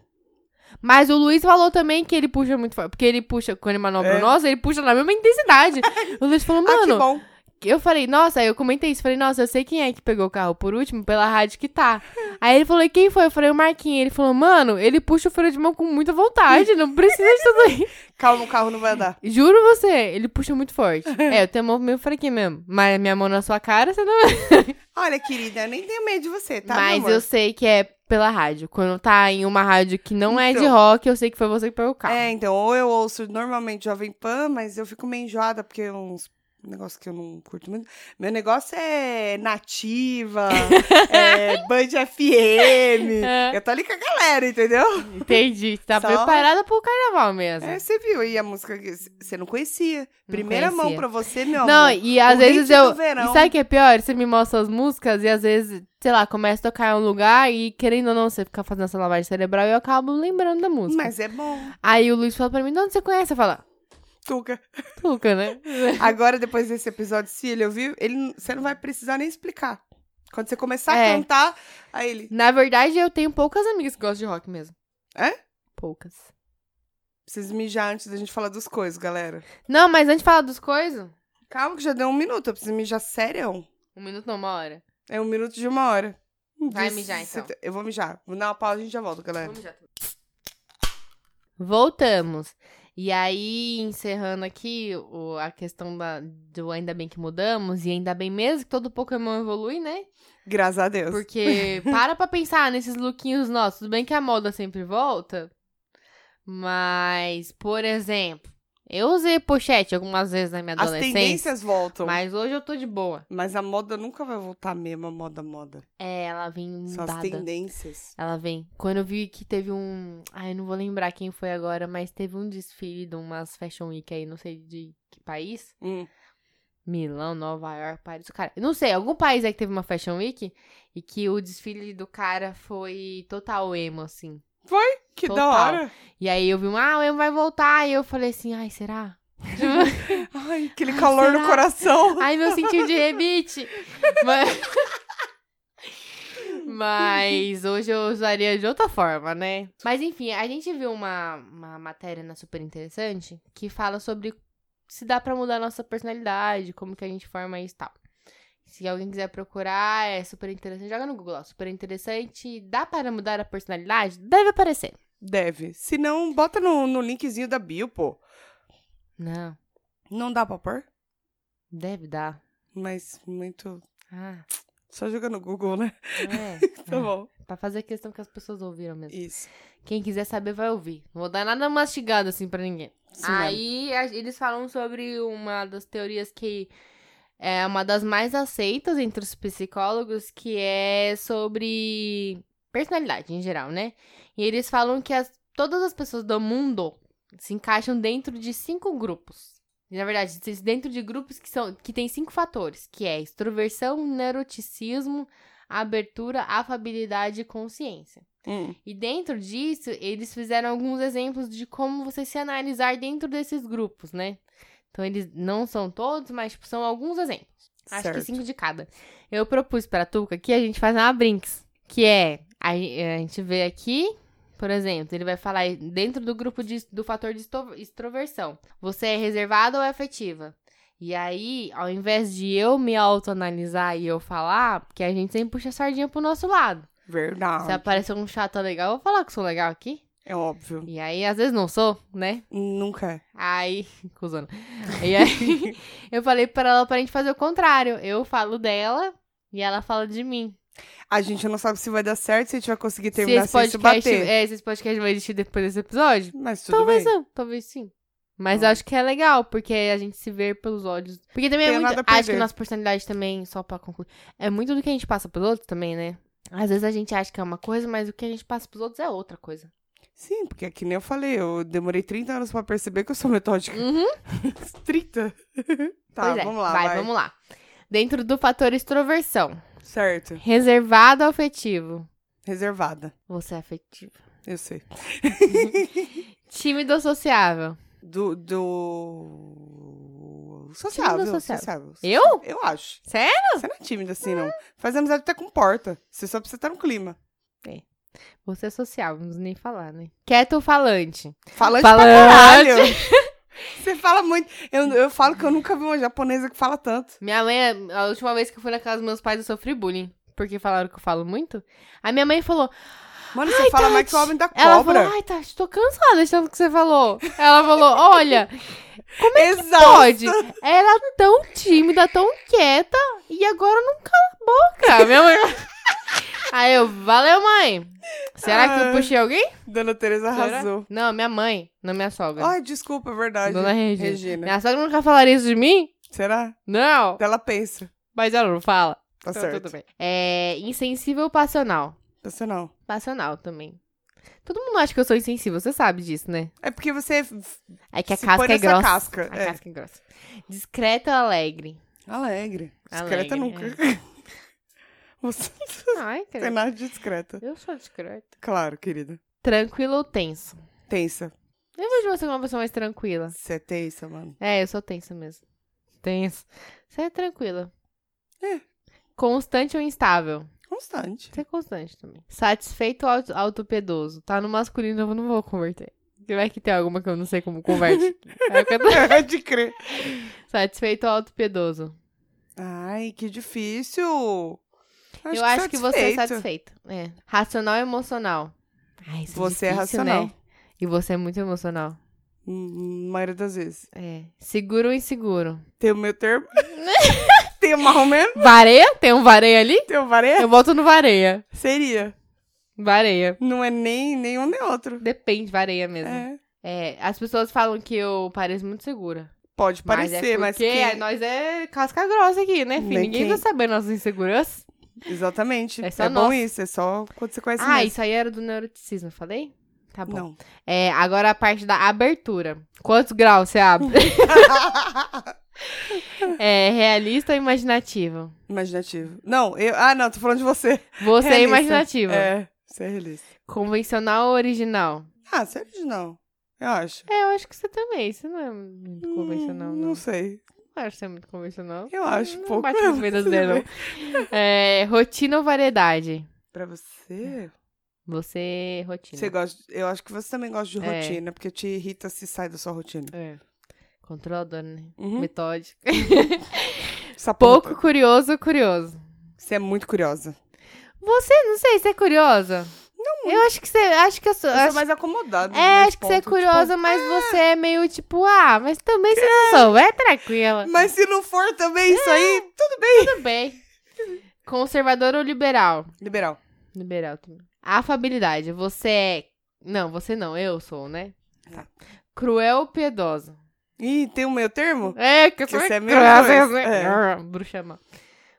Mas o Luiz falou também que ele puxa muito forte, porque ele puxa, quando ele manobra É. o nosso, ele puxa na mesma intensidade. o Luiz falou, Ah, que mano, bom. Eu falei, nossa, aí eu comentei isso. Falei, nossa, eu sei quem é que pegou o carro por último pela rádio que tá. Aí ele falou, e quem foi? Eu falei, o Marquinhos. Ele falou, mano, ele puxa o freio de mão com muita vontade, não precisa de tudo isso. Calma, o carro não vai andar. Juro você, ele puxa muito forte. É, eu tenho a mão meio fraquinha mesmo. Mas minha mão na sua cara, você não. é. Olha, querida, eu nem tenho medo de você, tá? meu Mas amor? eu sei que é pela rádio. Quando tá em uma rádio que não é de Então. rock, eu sei que foi você que pegou o carro. É, então, ou eu ouço normalmente Jovem Pan, mas eu fico meio enjoada, porque é uns negócio que eu não curto muito. Meu negócio é nativa, é Band FM. É. Eu tô ali com a galera, entendeu? Entendi. Tá Só- preparada pro carnaval mesmo. É, você viu aí a música que c- você não conhecia. Não Primeira mão conhecia. pra você, meu Não, amor. e às o vezes hit do eu. verão. E sabe o que é pior? Você me mostra as músicas e às vezes, sei lá, começa a tocar em um lugar e querendo ou não, você fica fazendo essa lavagem cerebral e eu acabo lembrando da música. Mas é bom. Aí o Luiz fala pra mim, de onde você conhece? Eu falo, Tuca. Tuca, né? Agora, depois desse episódio, se ele ouvir, ele, n- você não vai precisar nem explicar. Quando você começar É. a cantar, aí ele. Na verdade, eu tenho poucas amigas que gostam de rock mesmo. É? Poucas. Preciso mijar antes da gente falar dos coisas, galera. Não, mas antes de falar dos coisas, Calma, que já deu um minuto. Eu preciso mijar sério. um minuto não, uma hora. É um minuto de uma hora. Vai Disse- mijar, então. Eu vou mijar. Vou dar uma pausa e a gente já volta, galera. Vamos já. tá Voltamos. E aí, encerrando aqui o- a questão da- do ainda bem que mudamos, e ainda bem mesmo que todo Pokémon evolui, né? Graças a Deus. Porque para pra pensar nesses lookinhos nossos. Tudo bem que a moda sempre volta, mas, por exemplo, eu usei pochete algumas vezes na minha As adolescência, tendências voltam. mas Mas... hoje eu tô de boa. a moda nunca vai voltar mesmo, a moda a moda. É, ela vem São as mudada. tendências. Ela vem. Quando eu vi que teve um. Ai, eu não vou lembrar quem foi agora, mas teve um desfile de umas Fashion Week aí, não sei de que país. Hum. Milão, Nova York, Paris. Cara, eu não sei, algum país aí que teve uma Fashion Week e que o desfile do cara foi total emo, assim. Que Total. da hora. E aí eu vi um, ah, o emo vai voltar. E eu falei assim, ai, será? Tipo, Ai, aquele Ai, calor será? no coração. ai, meu sentido de rebite. Mas... Mas hoje eu usaria de outra forma, né? Mas enfim, a gente viu uma, uma matéria na super interessante que fala sobre se dá pra mudar a nossa personalidade, como que a gente forma isso e tal. Se alguém quiser procurar, é super interessante. Joga no Google, ó, super interessante. Dá para mudar a personalidade? Deve aparecer. Deve. Se não, bota no, no linkzinho da bio, pô. Não, Não dá pra pôr? deve dar. Mas muito. Ah, Só joga no Google, né? não é. Tá bom. Pra fazer questão que as pessoas ouviram mesmo. Isso. Quem quiser saber vai ouvir. Não vou dar nada mastigado assim pra ninguém. Isso mesmo. Aí a- eles falam sobre uma das teorias que é uma das mais aceitas entre os psicólogos, que é sobre personalidade em geral, né? E eles falam que as- todas as pessoas do mundo se encaixam dentro de cinco grupos. Na verdade, se- dentro de grupos que são que tem cinco fatores, que é extroversão, neuroticismo, abertura, afabilidade e consciência. Hum. E dentro disso, eles fizeram alguns exemplos de como você se analisar dentro desses grupos, né? Então, eles não são todos, mas tipo, são alguns exemplos. Acho que Certo. cinco de cada. Eu propus pra Tuca que a gente faz uma Brinks, que é a, gen- a gente vê aqui, por exemplo, ele vai falar aí, dentro do grupo de- do fator de esto- extroversão. Você é reservada ou é afetiva? E aí, ao invés de eu me autoanalisar e eu falar, porque a gente sempre puxa a sardinha pro nosso lado. Verdade. Se aparecer um chato legal, eu vou falar que sou legal aqui. É óbvio. E aí, às vezes não sou, né? Nunca é. Aí, cuzona. E aí, eu falei pra ela pra gente fazer o contrário. Eu falo dela e ela fala de mim. A gente não sabe se vai dar certo, se a gente vai conseguir terminar sem se podcast, bater. é, se esse podcast vai existir depois desse episódio, Mas tudo talvez bem. não, talvez sim. Mas Hum. acho que é legal, porque a gente se vê pelos olhos. Porque também Tem é muito. nada a Acho que perder. nossa personalidade também, só pra concluir, é muito do que a gente passa pros outros também, né? Às vezes a gente acha que é uma coisa, mas o que a gente passa pros outros é outra coisa. Sim, porque é que nem eu falei, eu demorei 30 anos pra perceber que eu sou metódica. Uhum. 30? tá, pois é. vamos lá. Vai, Vai, vamos lá. Dentro do fator extroversão, Certo. reservado ao afetivo. Reservada. Você é afetivo. Eu sei. Tímido ou sociável? Do. do... Tímido Sociável, ou sociável? sociável. Eu? Eu acho. Sério? Você não é tímida assim, não. Faz amizade até com porta. Você só precisa estar no clima. Você é sociável, não preciso nem falar, né? Quieto ou falante? Falante, Falante. pra caralho. Você fala muito. Eu, eu falo que eu nunca vi uma japonesa que fala tanto. Minha mãe, a última vez que eu fui na casa dos meus pais, eu sofri bullying. Porque falaram que eu falo muito. A minha mãe falou, Mano, você fala mais que o homem da Ela cobra. falou, ai, tá, estou cansada de tanto que você falou. Ela falou, olha, é Exato. pode. Ela tão tímida, tão quieta, e agora não cala a boca. Minha mãe... Aí eu, valeu, mãe. Será que eu Ai. puxei alguém? Dona Teresa Será? arrasou. Não, minha mãe, não minha sogra. Ai, desculpa, é verdade. Dona Regina. Regina. Minha sogra nunca falaria isso de mim? Será? Não, Ela pensa. mas ela não fala. Tá Então, certo. tudo bem. É, insensível ou passional? Pensa não. Passional também. Todo mundo acha que eu sou insensível, você sabe disso, né? É porque você é É que a Se casca põe é nessa grossa. casca, a é. casca é grossa. Discreto ou alegre? alegre. Alegre, é. Discreta nunca. Você não Ai, tem cara. nada de discreta. Eu sou discreta. Claro, querida. Tranquilo ou tenso? Tensa. Eu vejo você como uma pessoa mais tranquila. Você é tensa, mano. É, eu sou tensa mesmo. Tenso. Você é tranquila. É. Constante ou instável? Um Constante. Você é constante também. Satisfeito ou auto- autopiedoso? Tá no masculino, eu não vou converter. Porque Vai que tem alguma que eu não sei como converte. Aí eu canto- de crer. Satisfeito ou autopiedoso? Ai, que difícil. eu acho que você é satisfeito. É. Racional ou emocional? Ai, isso Você é difícil, racional. Né? E você é muito emocional. Hum, Na maioria das vezes. É. Seguro ou inseguro? Tem o meu termo. tem o marromeno. Vareia? Tem um vareia ali? Tem o vareia. Eu volto no vareia. Seria. Vareia. Não é nem, nem um nem outro. Depende, vareia mesmo. É. É. as pessoas falam que eu pareço muito segura. Pode parecer, mas mas, é porque que... nós é casca grossa aqui, né, filho? Nem Ninguém quem- vai saber nossas inseguranças. Exatamente. É É, só bom nossa. isso, é só quando você conhece ah, mesmo. isso aí era do neuroticismo, falei? Tá bom. Não. É, agora a parte da abertura. Quantos graus você abre? é realista ou imaginativo? Imaginativo. Não, eu. Ah, não, tô falando de você. Você é Realista. imaginativo. É, você é realista. Convencional ou original? Ah, você é original. Eu acho. É, eu acho que você também. Você não é muito convencional, Hum, não. Não sei. Não acho que você é muito convencional. Eu acho não pouco. Bate nas vendas dela. É, rotina ou variedade? Pra você. Você, é rotina. Você gosta. Eu acho que você também gosta de É. rotina, porque te irrita se sai da sua rotina. É. Controladora, né? Uhum. Metódica. Saputa. Pouco curioso ou curioso? Você é muito curiosa. Você, não sei, você é curiosa? Não. Eu acho que você, acho que eu sou... Eu acho- sou mais acomodada. É, nesse acho que você é ponto, tipo, curiosa, mas você é meio tipo, ah, mas também você não souber, tranquila. É, tipo, É. mas se não for também isso aí. Tudo bem. Conservador ou liberal? Liberal. Liberal também. Afabilidade, você é. Não, você não, eu sou, né? Tá. Cruel ou piedosa? Ih, tem o meu termo? É, que eu sou Isso meio é meio cruel, coisa, você- é. Arr, Bruxa má.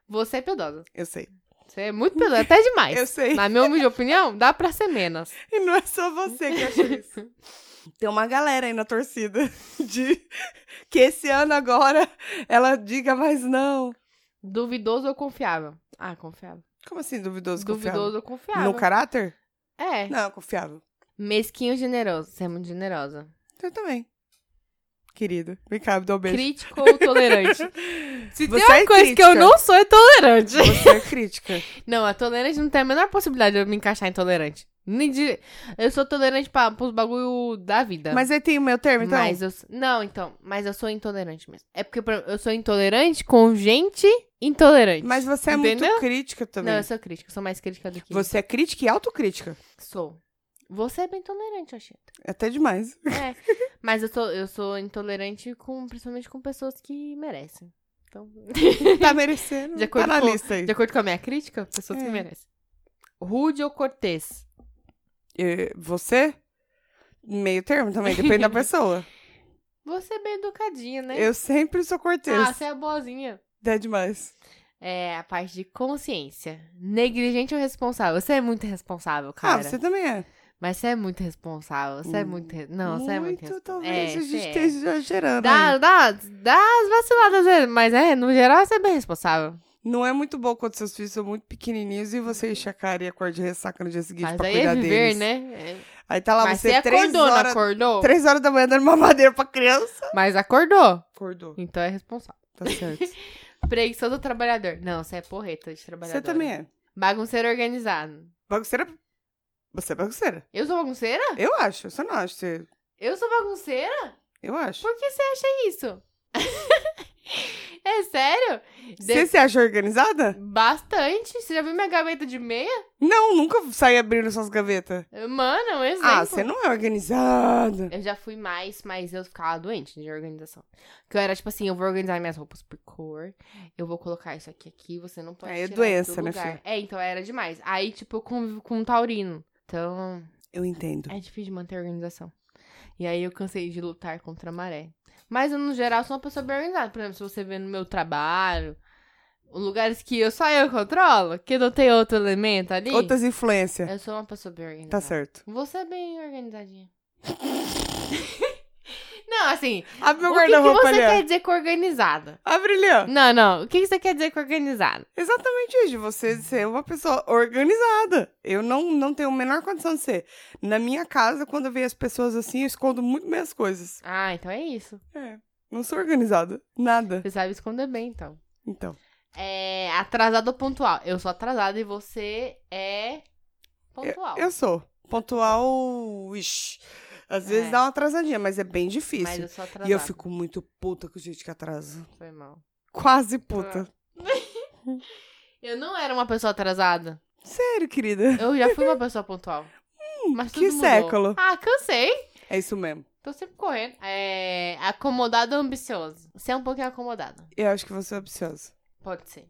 Você é piedosa. Eu sei. Você é muito piedosa, até demais. Eu sei. Na minha humilde opinião, dá pra ser menos. E não é só você que acha isso. Tem uma galera aí na torcida de que esse ano agora ela diga mais não. Duvidoso ou confiável? Ah, confiável. Como assim, duvidoso, Duvidoso ou confiável? confiável? No caráter? É. Não, confiável. Mesquinho ou generoso? Você é muito generosa. Eu também. Querida, me cabe, dá um beijo. Crítico ou tolerante? Se Você tem uma é coisa que crítica. eu não sou, é tolerante. Você é crítica. Não, a tolerante não tem a menor possibilidade de eu me encaixar em tolerante. Nem de... Eu sou tolerante pra, pros bagulho da vida. Mas aí tem o meu termo, então? Mas eu... s- Não, então. Mas eu sou intolerante mesmo. É porque por exemplo, eu sou intolerante com gente intolerante. Mas você é Entendeu? muito crítica também. Não, eu sou crítica. Sou mais crítica do que... Você é crítica e autocrítica. Sou. Você é bem tolerante, eu achei. Até demais. É, mas eu sou, eu sou intolerante com, principalmente com pessoas que merecem. Então, Tá merecendo. De De acordo tá na com- lista aí. de acordo com a minha crítica, pessoas que É. merecem. Rude ou cortês? Eh, Você? Meio termo também, depende da pessoa. Você é bem educadinha, né? Eu sempre sou cortês. Ah, você é boazinha. Até demais. É, a parte de consciência. Negligente ou responsável? Você é muito responsável, cara. Ah, você também é. Mas você é muito responsável. Você é muito. re- Não, você é muito. responsável. talvez É, você a gente é. esteja né? gerando. aí. Dá, dá, dá as vaciladas dele, mas é, no geral você é bem responsável. Não é muito bom quando seus filhos são muito pequenininhos e você enche a cara e acorda de ressaca no dia seguinte Mas pra aí cuidar é viver, deles. né? É. Aí tá lá mas você, você três acordou, não horas, acordou? três horas da manhã dando mamadeira pra criança. Mas acordou. Acordou, Então é responsável. tá certo. Preguiçoso trabalhador. Não, você é porreta de trabalhador. você também é. Bagunceiro organizado. Bagunceira. Você é bagunceira. Eu sou bagunceira? Eu acho, você não acha. Você... Eu sou bagunceira? Eu acho. Por que você acha isso? é sério? De- Você se acha organizada? Bastante. Você já viu minha gaveta de meia? Não, nunca sai abrindo suas gavetas. Mano, um exemplo. Ah, você não é organizada. Eu já fui mais, mas eu ficava doente de organização. Que eu era tipo assim, eu vou organizar minhas roupas por cor, eu vou colocar isso aqui aqui, você não pode Aí é tirar doença, do né, lugar. filha? É, então era demais. Aí, tipo, eu convivo com um taurino. Então, Eu entendo. é difícil de manter a organização. E aí eu cansei de lutar contra a maré. Mas eu, no geral, sou uma pessoa bem organizada. Por exemplo, se você vê no meu trabalho, lugares que eu só eu controlo, que não tem outro elemento ali. Outras influências. Eu sou uma pessoa bem organizada. Tá certo. Você é bem organizadinha. não, assim, Abre meu o que que, guarda-roupa você ali. ó. quer dizer com organizada? Abre ali, ó. Não, não, o que que você quer dizer com organizada? Exatamente isso, de você ser uma pessoa organizada. Eu não, não tenho a menor condição de ser. Na minha casa, quando eu vejo as pessoas assim, eu escondo muito bem as coisas. Ah, então é isso. É. Não sou organizada. Nada. Você sabe esconder bem, então. Então. É atrasado ou pontual? Eu sou atrasada e você é pontual. Eu sou. Pontual. Ixi. Às vezes É. dá uma atrasadinha, mas é bem Mas difícil. eu sou atrasada. e eu fico muito puta com gente que atrasa. Foi mal. Quase puta. Eu não era uma pessoa atrasada. Sério, querida. Eu já fui uma pessoa pontual. Mas tudo Hum, que mudou. século. Ah, cansei. É isso mesmo. Tô sempre correndo. É. Acomodado ou ambicioso? Você é um pouquinho acomodado. Eu acho que você é ambiciosa. Pode ser.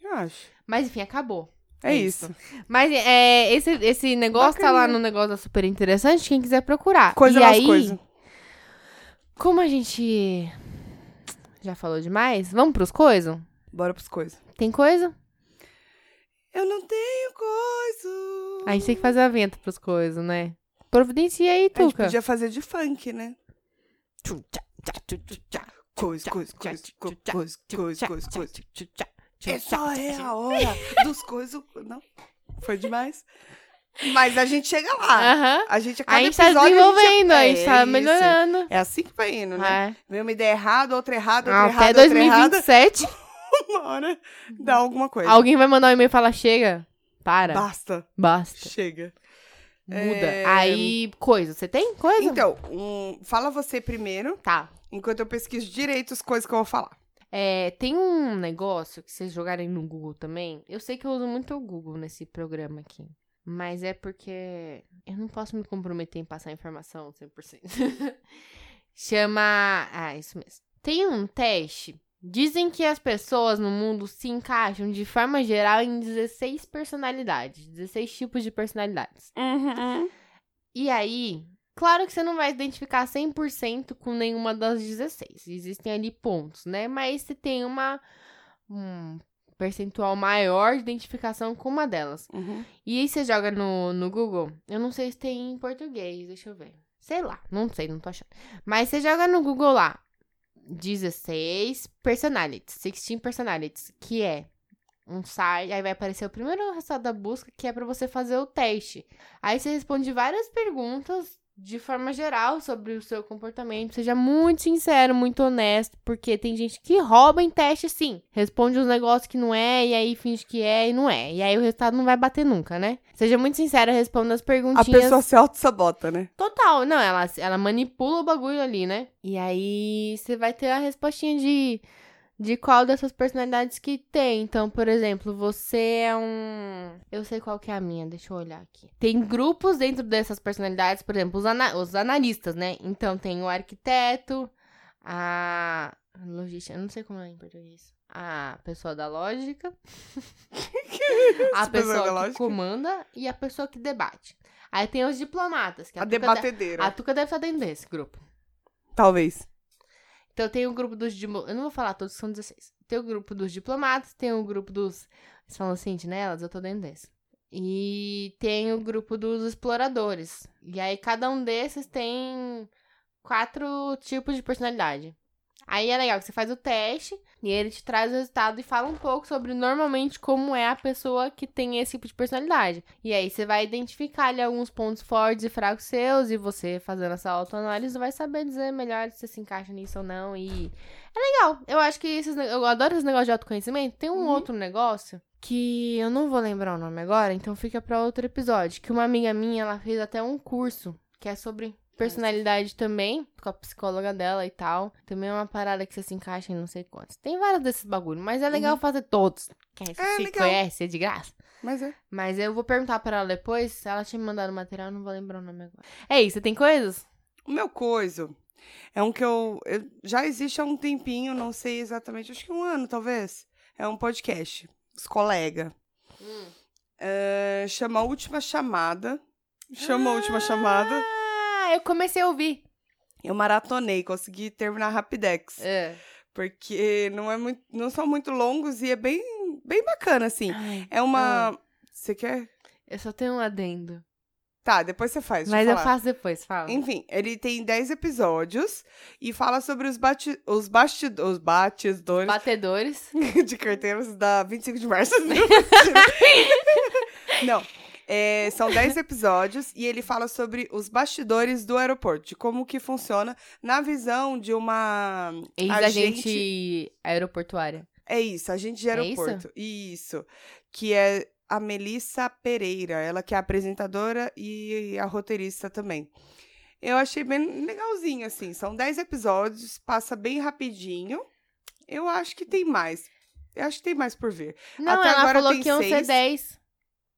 Eu acho. Mas enfim, acabou. É, É isso. Mas é, esse, esse negócio tá lá Bacana. no negócio da super interessante. Quem quiser procurar. Coisa e mais aí, coisa. Como a gente já falou demais, vamos pros coisas? Bora pros coisas. Tem coisa? Eu não tenho coisa. A gente tem que fazer a venta pros coisas, né? Providencia aí, A gente Tuca. podia fazer de funk, né? Tchum, tchá, tchá, tchú, tchú, tchá. Coisa, Tchá, coisa, tchá, coisa, tchá, coisa, tchá, coisa, tchá, coisa, tchá, coisa, tchá, coisa. tchá, tchá, tchá, tchá, Essa tchá, é tchá. a hora dos coisas. Não, foi demais. Mas a gente chega lá. Aham. A gente, a cada Ah. A gente tá episódio, desenvolvendo, a é, gente tá isso. melhorando. É assim que vai indo, né? É. Ah, Vem uma ideia errada, outra errada, outra Até errada, outra errada. 2027, Uma hora né? dá alguma coisa. alguém vai mandar um e-mail e falar: chega, para, Basta. basta, Chega. muda. É. Aí, coisa. Você tem coisa? Então, um, fala você primeiro, Tá. enquanto eu pesquiso direito as coisas que eu vou falar. É, tem um negócio que vocês jogarem no Google também. Eu sei que eu uso muito o Google nesse programa aqui. Mas é porque eu não posso me comprometer em passar informação 100%. Chama. Ah, isso mesmo. Tem um teste. Dizem que as pessoas no mundo se encaixam de forma geral em 16 personalidades, 16 tipos de personalidades. E aí, claro que você não vai identificar 100% com nenhuma das 16. Existem ali pontos, né? Mas você tem uma um percentual maior de identificação com uma delas. Uhum. E aí você joga no, no Google. Eu não sei se tem em português, deixa eu ver. Sei lá, não sei, não tô achando. Mas você joga no Google lá. 16 personalities, 16 personalities, que é um site, aí vai aparecer o primeiro resultado da busca, que é pra você fazer o teste. Aí você responde várias perguntas de forma geral sobre o seu comportamento. Seja muito sincero, muito honesto, porque tem gente que rouba em teste sim. Responde uns negócios que não é, e aí finge que é e não é. E aí o resultado não vai bater nunca, né? Seja muito sincero, responda as A perguntinhas. pessoa se auto-sabota, né? Total, não, ela, ela manipula o bagulho ali, né? E aí você vai ter a respostinha de, de qual dessas personalidades que tem. Então, por exemplo, você é um. Eu sei qual que é a minha, deixa eu olhar aqui. Tem grupos dentro dessas personalidades, por exemplo, os, ana- os analistas, né? Então tem o arquiteto, a. Logística, eu não sei como é em português. A pessoa da lógica a Esse pessoal da pessoa que lógica. comanda e a pessoa que debate. Aí tem os diplomatas, que a, A Tuca de- debatedeira. a Tuca deve estar dentro desse grupo. Talvez. Então tem o grupo dos diplomatas. Eu não vou falar todos, são 16. Tem o grupo dos diplomatas, tem o grupo dos. Eles falam assim, sentinelas, eu tô dentro desse. E tem o grupo dos exploradores. E aí cada um desses tem quatro tipos de personalidade. Aí é legal que você faz o teste e ele te traz o resultado e fala um pouco sobre normalmente como é a pessoa que tem esse tipo de personalidade. E aí você vai identificar ali alguns pontos fortes e fracos seus e você fazendo essa autoanálise vai saber dizer melhor se você se encaixa nisso ou não. E é legal. Eu acho que esses, ne- eu adoro esse negócio de autoconhecimento. Tem um Uhum. outro negócio que eu não vou lembrar o nome agora, então fica pra outro episódio. Que uma amiga minha, ela fez até um curso que é sobre personalidade também, com a psicóloga dela e tal. Também é uma parada que você se encaixa em não sei quantos. Tem vários desses bagulho, mas é legal fazer todos. Que aí você É, se Uhum. legal. conhece, é de graça. Mas é. Mas eu vou perguntar pra ela depois, se ela tinha me mandado material, eu não vou lembrar o nome agora. É isso, você tem coisas? O meu coiso é um que eu, eu- já existe há um tempinho, não sei exatamente, acho que um ano talvez. É um podcast, os colega. Hum. É, chama a última chamada. Chama a última chamada. Ah, eu comecei a ouvir. Eu maratonei, consegui terminar rapidex, É. porque não é muito, não são muito longos e é bem, bem bacana assim. Ai, É Ah. uma, você quer? eu só tenho um adendo. Tá, depois você faz. deixa Mas eu falar. Então, faço depois, fala. Enfim, ele tem 10 episódios e fala sobre os, bate, os, bastid, os batidores Batedores. de carteiros da 25 de março. Não. É, são 10 episódios e ele fala sobre os bastidores do aeroporto, de como que funciona na visão de uma. Ex-agente Agente- aeroportuária. É isso, agente de É isso? aeroporto. isso? Que é a Melissa Pereira, ela que é a apresentadora e a roteirista também. Eu achei bem legalzinho, assim. São 10 episódios, passa bem rapidinho. Eu acho que tem mais. Eu acho que tem mais por ver. Não, Até ela agora falou tem que iam ser seis. 10.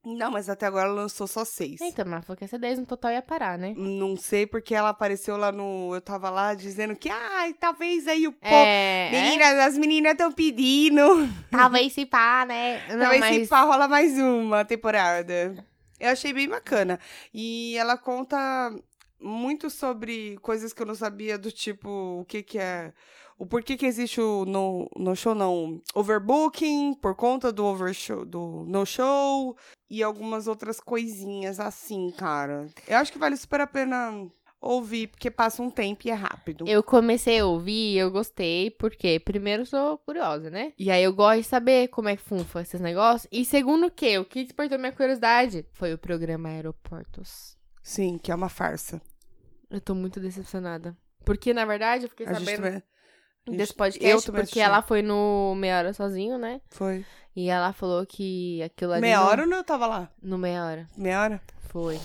Não, mas até agora lançou só seis. Então, mas ela falou que ia ser 10 no total ia parar, né? Não sei porque ela apareceu lá no. Eu tava lá dizendo que, ai, talvez aí o povo. É, Meninas, as meninas estão pedindo. é, talvez se pá, né? Não, talvez mas se pá rola mais uma temporada. Eu achei bem bacana. E ela conta muito sobre coisas que eu não sabia, do tipo, o que que é. O porquê que existe o no, no show, não. Overbooking, por conta do overshow, do no show. E algumas outras coisinhas assim, cara. Eu acho que vale super a pena ouvir, porque passa um tempo e é rápido. eu comecei a ouvir e eu gostei, porque primeiro eu sou curiosa, né? E aí eu gosto de saber como é que funfa esses negócios. E segundo que, o que despertou minha curiosidade foi o programa Aeroportos. Sim, que é uma farsa. Eu tô muito decepcionada. Porque, na verdade, eu fiquei A gente sabendo também- a gente- desse eu podcast também porque assisti. ela foi no Meia Hora Sozinho, né? Foi. E ela falou que aquilo ali... Meia não- hora ou não eu tava lá? No Meia Hora. Meia hora? Foi.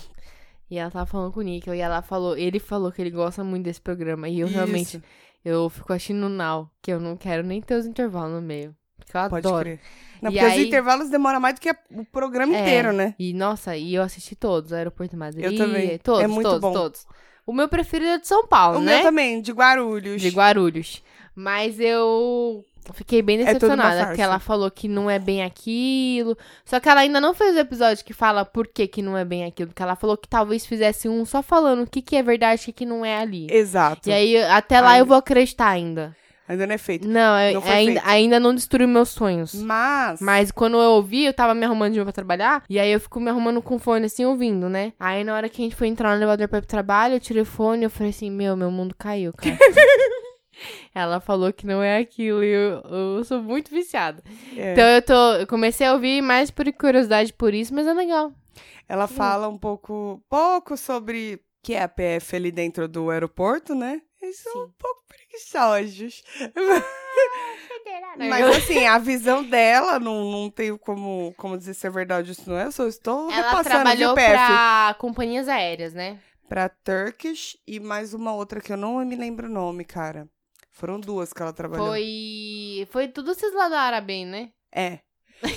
E ela tava falando com o Nickel e ela falou, ele falou que ele gosta muito desse programa. E eu realmente, Isso, eu fico achando now, que eu não quero nem ter os intervalos no meio. Que eu Pode adoro. crer. Não, E porque aí- os intervalos demoram mais do que o programa É. inteiro, né? E nossa, e eu assisti todos, Aeroporto de Madrid, Eu também. todos, É muito todos, bom. todos. O meu preferido é de São Paulo, O né? meu também, de Guarulhos. De Guarulhos. Mas eu fiquei bem É tudo uma decepcionada, farsa. porque ela falou que não é bem aquilo. Só que ela ainda não fez o episódio que fala por que, que não é bem aquilo. Porque ela falou que talvez fizesse um só falando o que, que é verdade e o que, que não é ali. Exato. E aí, até lá Ai. eu vou acreditar ainda. Ainda não é feito. Não, eu- Não foi ainda, feito. ainda não destruiu meus sonhos. Mas... Mas quando eu ouvi, eu tava me arrumando de novo pra trabalhar. E aí eu fico me arrumando com o fone assim, ouvindo, né? Aí na hora que a gente foi entrar no elevador pra ir pro trabalho, eu tirei o fone e eu falei assim: Meu, meu mundo caiu, cara. Ela falou que não é aquilo. E eu, eu sou muito viciada. é, Então eu tô. Eu comecei a ouvir mais por curiosidade por isso, mas é legal. Ela fala um pouco... Pouco sobre o que é a PF ali dentro do aeroporto, né? Eles são um Sim. pouco preguiçosos. Eu- É, né? Mas, assim, a visão dela, não, não tenho como, como dizer se é verdade ou se não é. Eu só estou Ela repassando de trabalhou PF. pra companhias aéreas, né? pra Turkish e mais uma outra que eu não me lembro o nome, cara. Foram duas que ela trabalhou. Foi. Foi tudo esses lá da Arabem, né? É.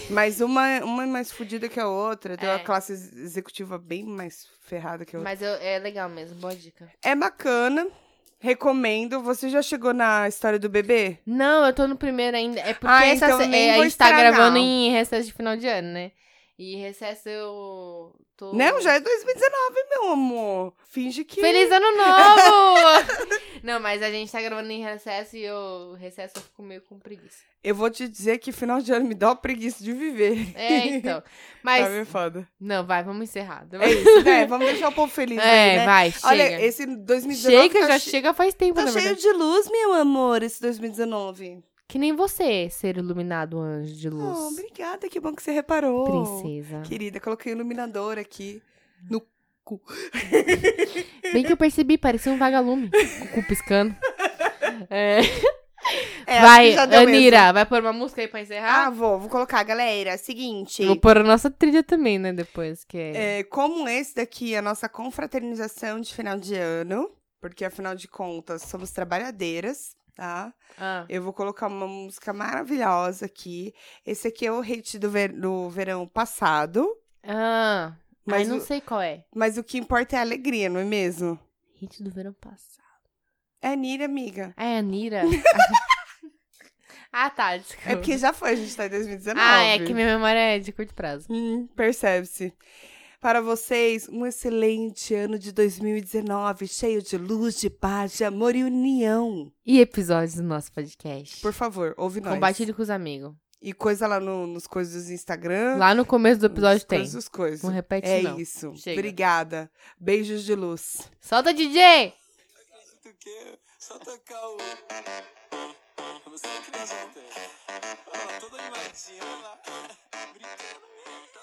Mas uma, uma é mais fodida que a outra. Tem É. uma classe ex- executiva bem mais ferrada que a outra. Mas eu- é legal mesmo, boa dica. É bacana. Recomendo. Você já chegou na história do bebê? Não, eu tô no primeiro ainda. É porque Ah, essa então se- nem é, a vou gente tá estragar. gravando em recesso de final de ano, né? E recesso eu tô. Não, já é 2019, meu amor. Finge que. Feliz ano novo! não, mas a gente tá gravando em recesso e eu recesso eu fico meio com preguiça. Eu vou te dizer que final de ano me dá uma preguiça de viver. É, então. Tá Mas. meio foda. Não, vai, vamos encerrar. É isso, né? Vamos deixar o povo feliz aí, É, né? vai, chega. Olha, esse 2019 chega, tá já che- chega faz tempo, Tá na cheio verdade. de luz, meu amor, esse 2019. Que nem você ser iluminado, anjo de luz. Oh, obrigada, que bom que você reparou. Princesa. Querida, coloquei o iluminador aqui no cu. Bem que eu percebi, parecia um vagalume. com o cu piscando. É. É, acho vai, que já deu Anira, mesmo. vai pôr uma música aí pra encerrar? Ah, vou, vou colocar, galera. Seguinte. Vou pôr a nossa trilha também, né, depois, que é... É, como esse daqui é a nossa confraternização de final de ano, porque afinal de contas somos trabalhadeiras, tá? Ah, Eu vou colocar uma música maravilhosa aqui. Esse aqui é o hit do, ver- do verão passado, ah mas mas, não o, sei qual é. mas o que importa é a alegria, não é mesmo? Hit do verão passado. É a Nira, amiga. Ah, é Anira? ah, tá, desculpa. É porque já foi, a gente tá em 2019. Ah, é que minha memória é de curto prazo. Hum, percebe-se. Para vocês, um excelente ano de 2019, cheio de luz, de paz, de amor e união. E episódios do nosso podcast. Por favor, ouve nós. Compartilhe com os amigos. E coisa lá no- nos coisas do Instagram. Lá no começo do nos episódio tem. Coisas, coisas. Não repete, é não. isso. Chega. Obrigada. Beijos de luz. Solta, DJ! do que só tocar o. Você que não Olha lá, toda animadinha, olha lá. Brincando mesmo. tá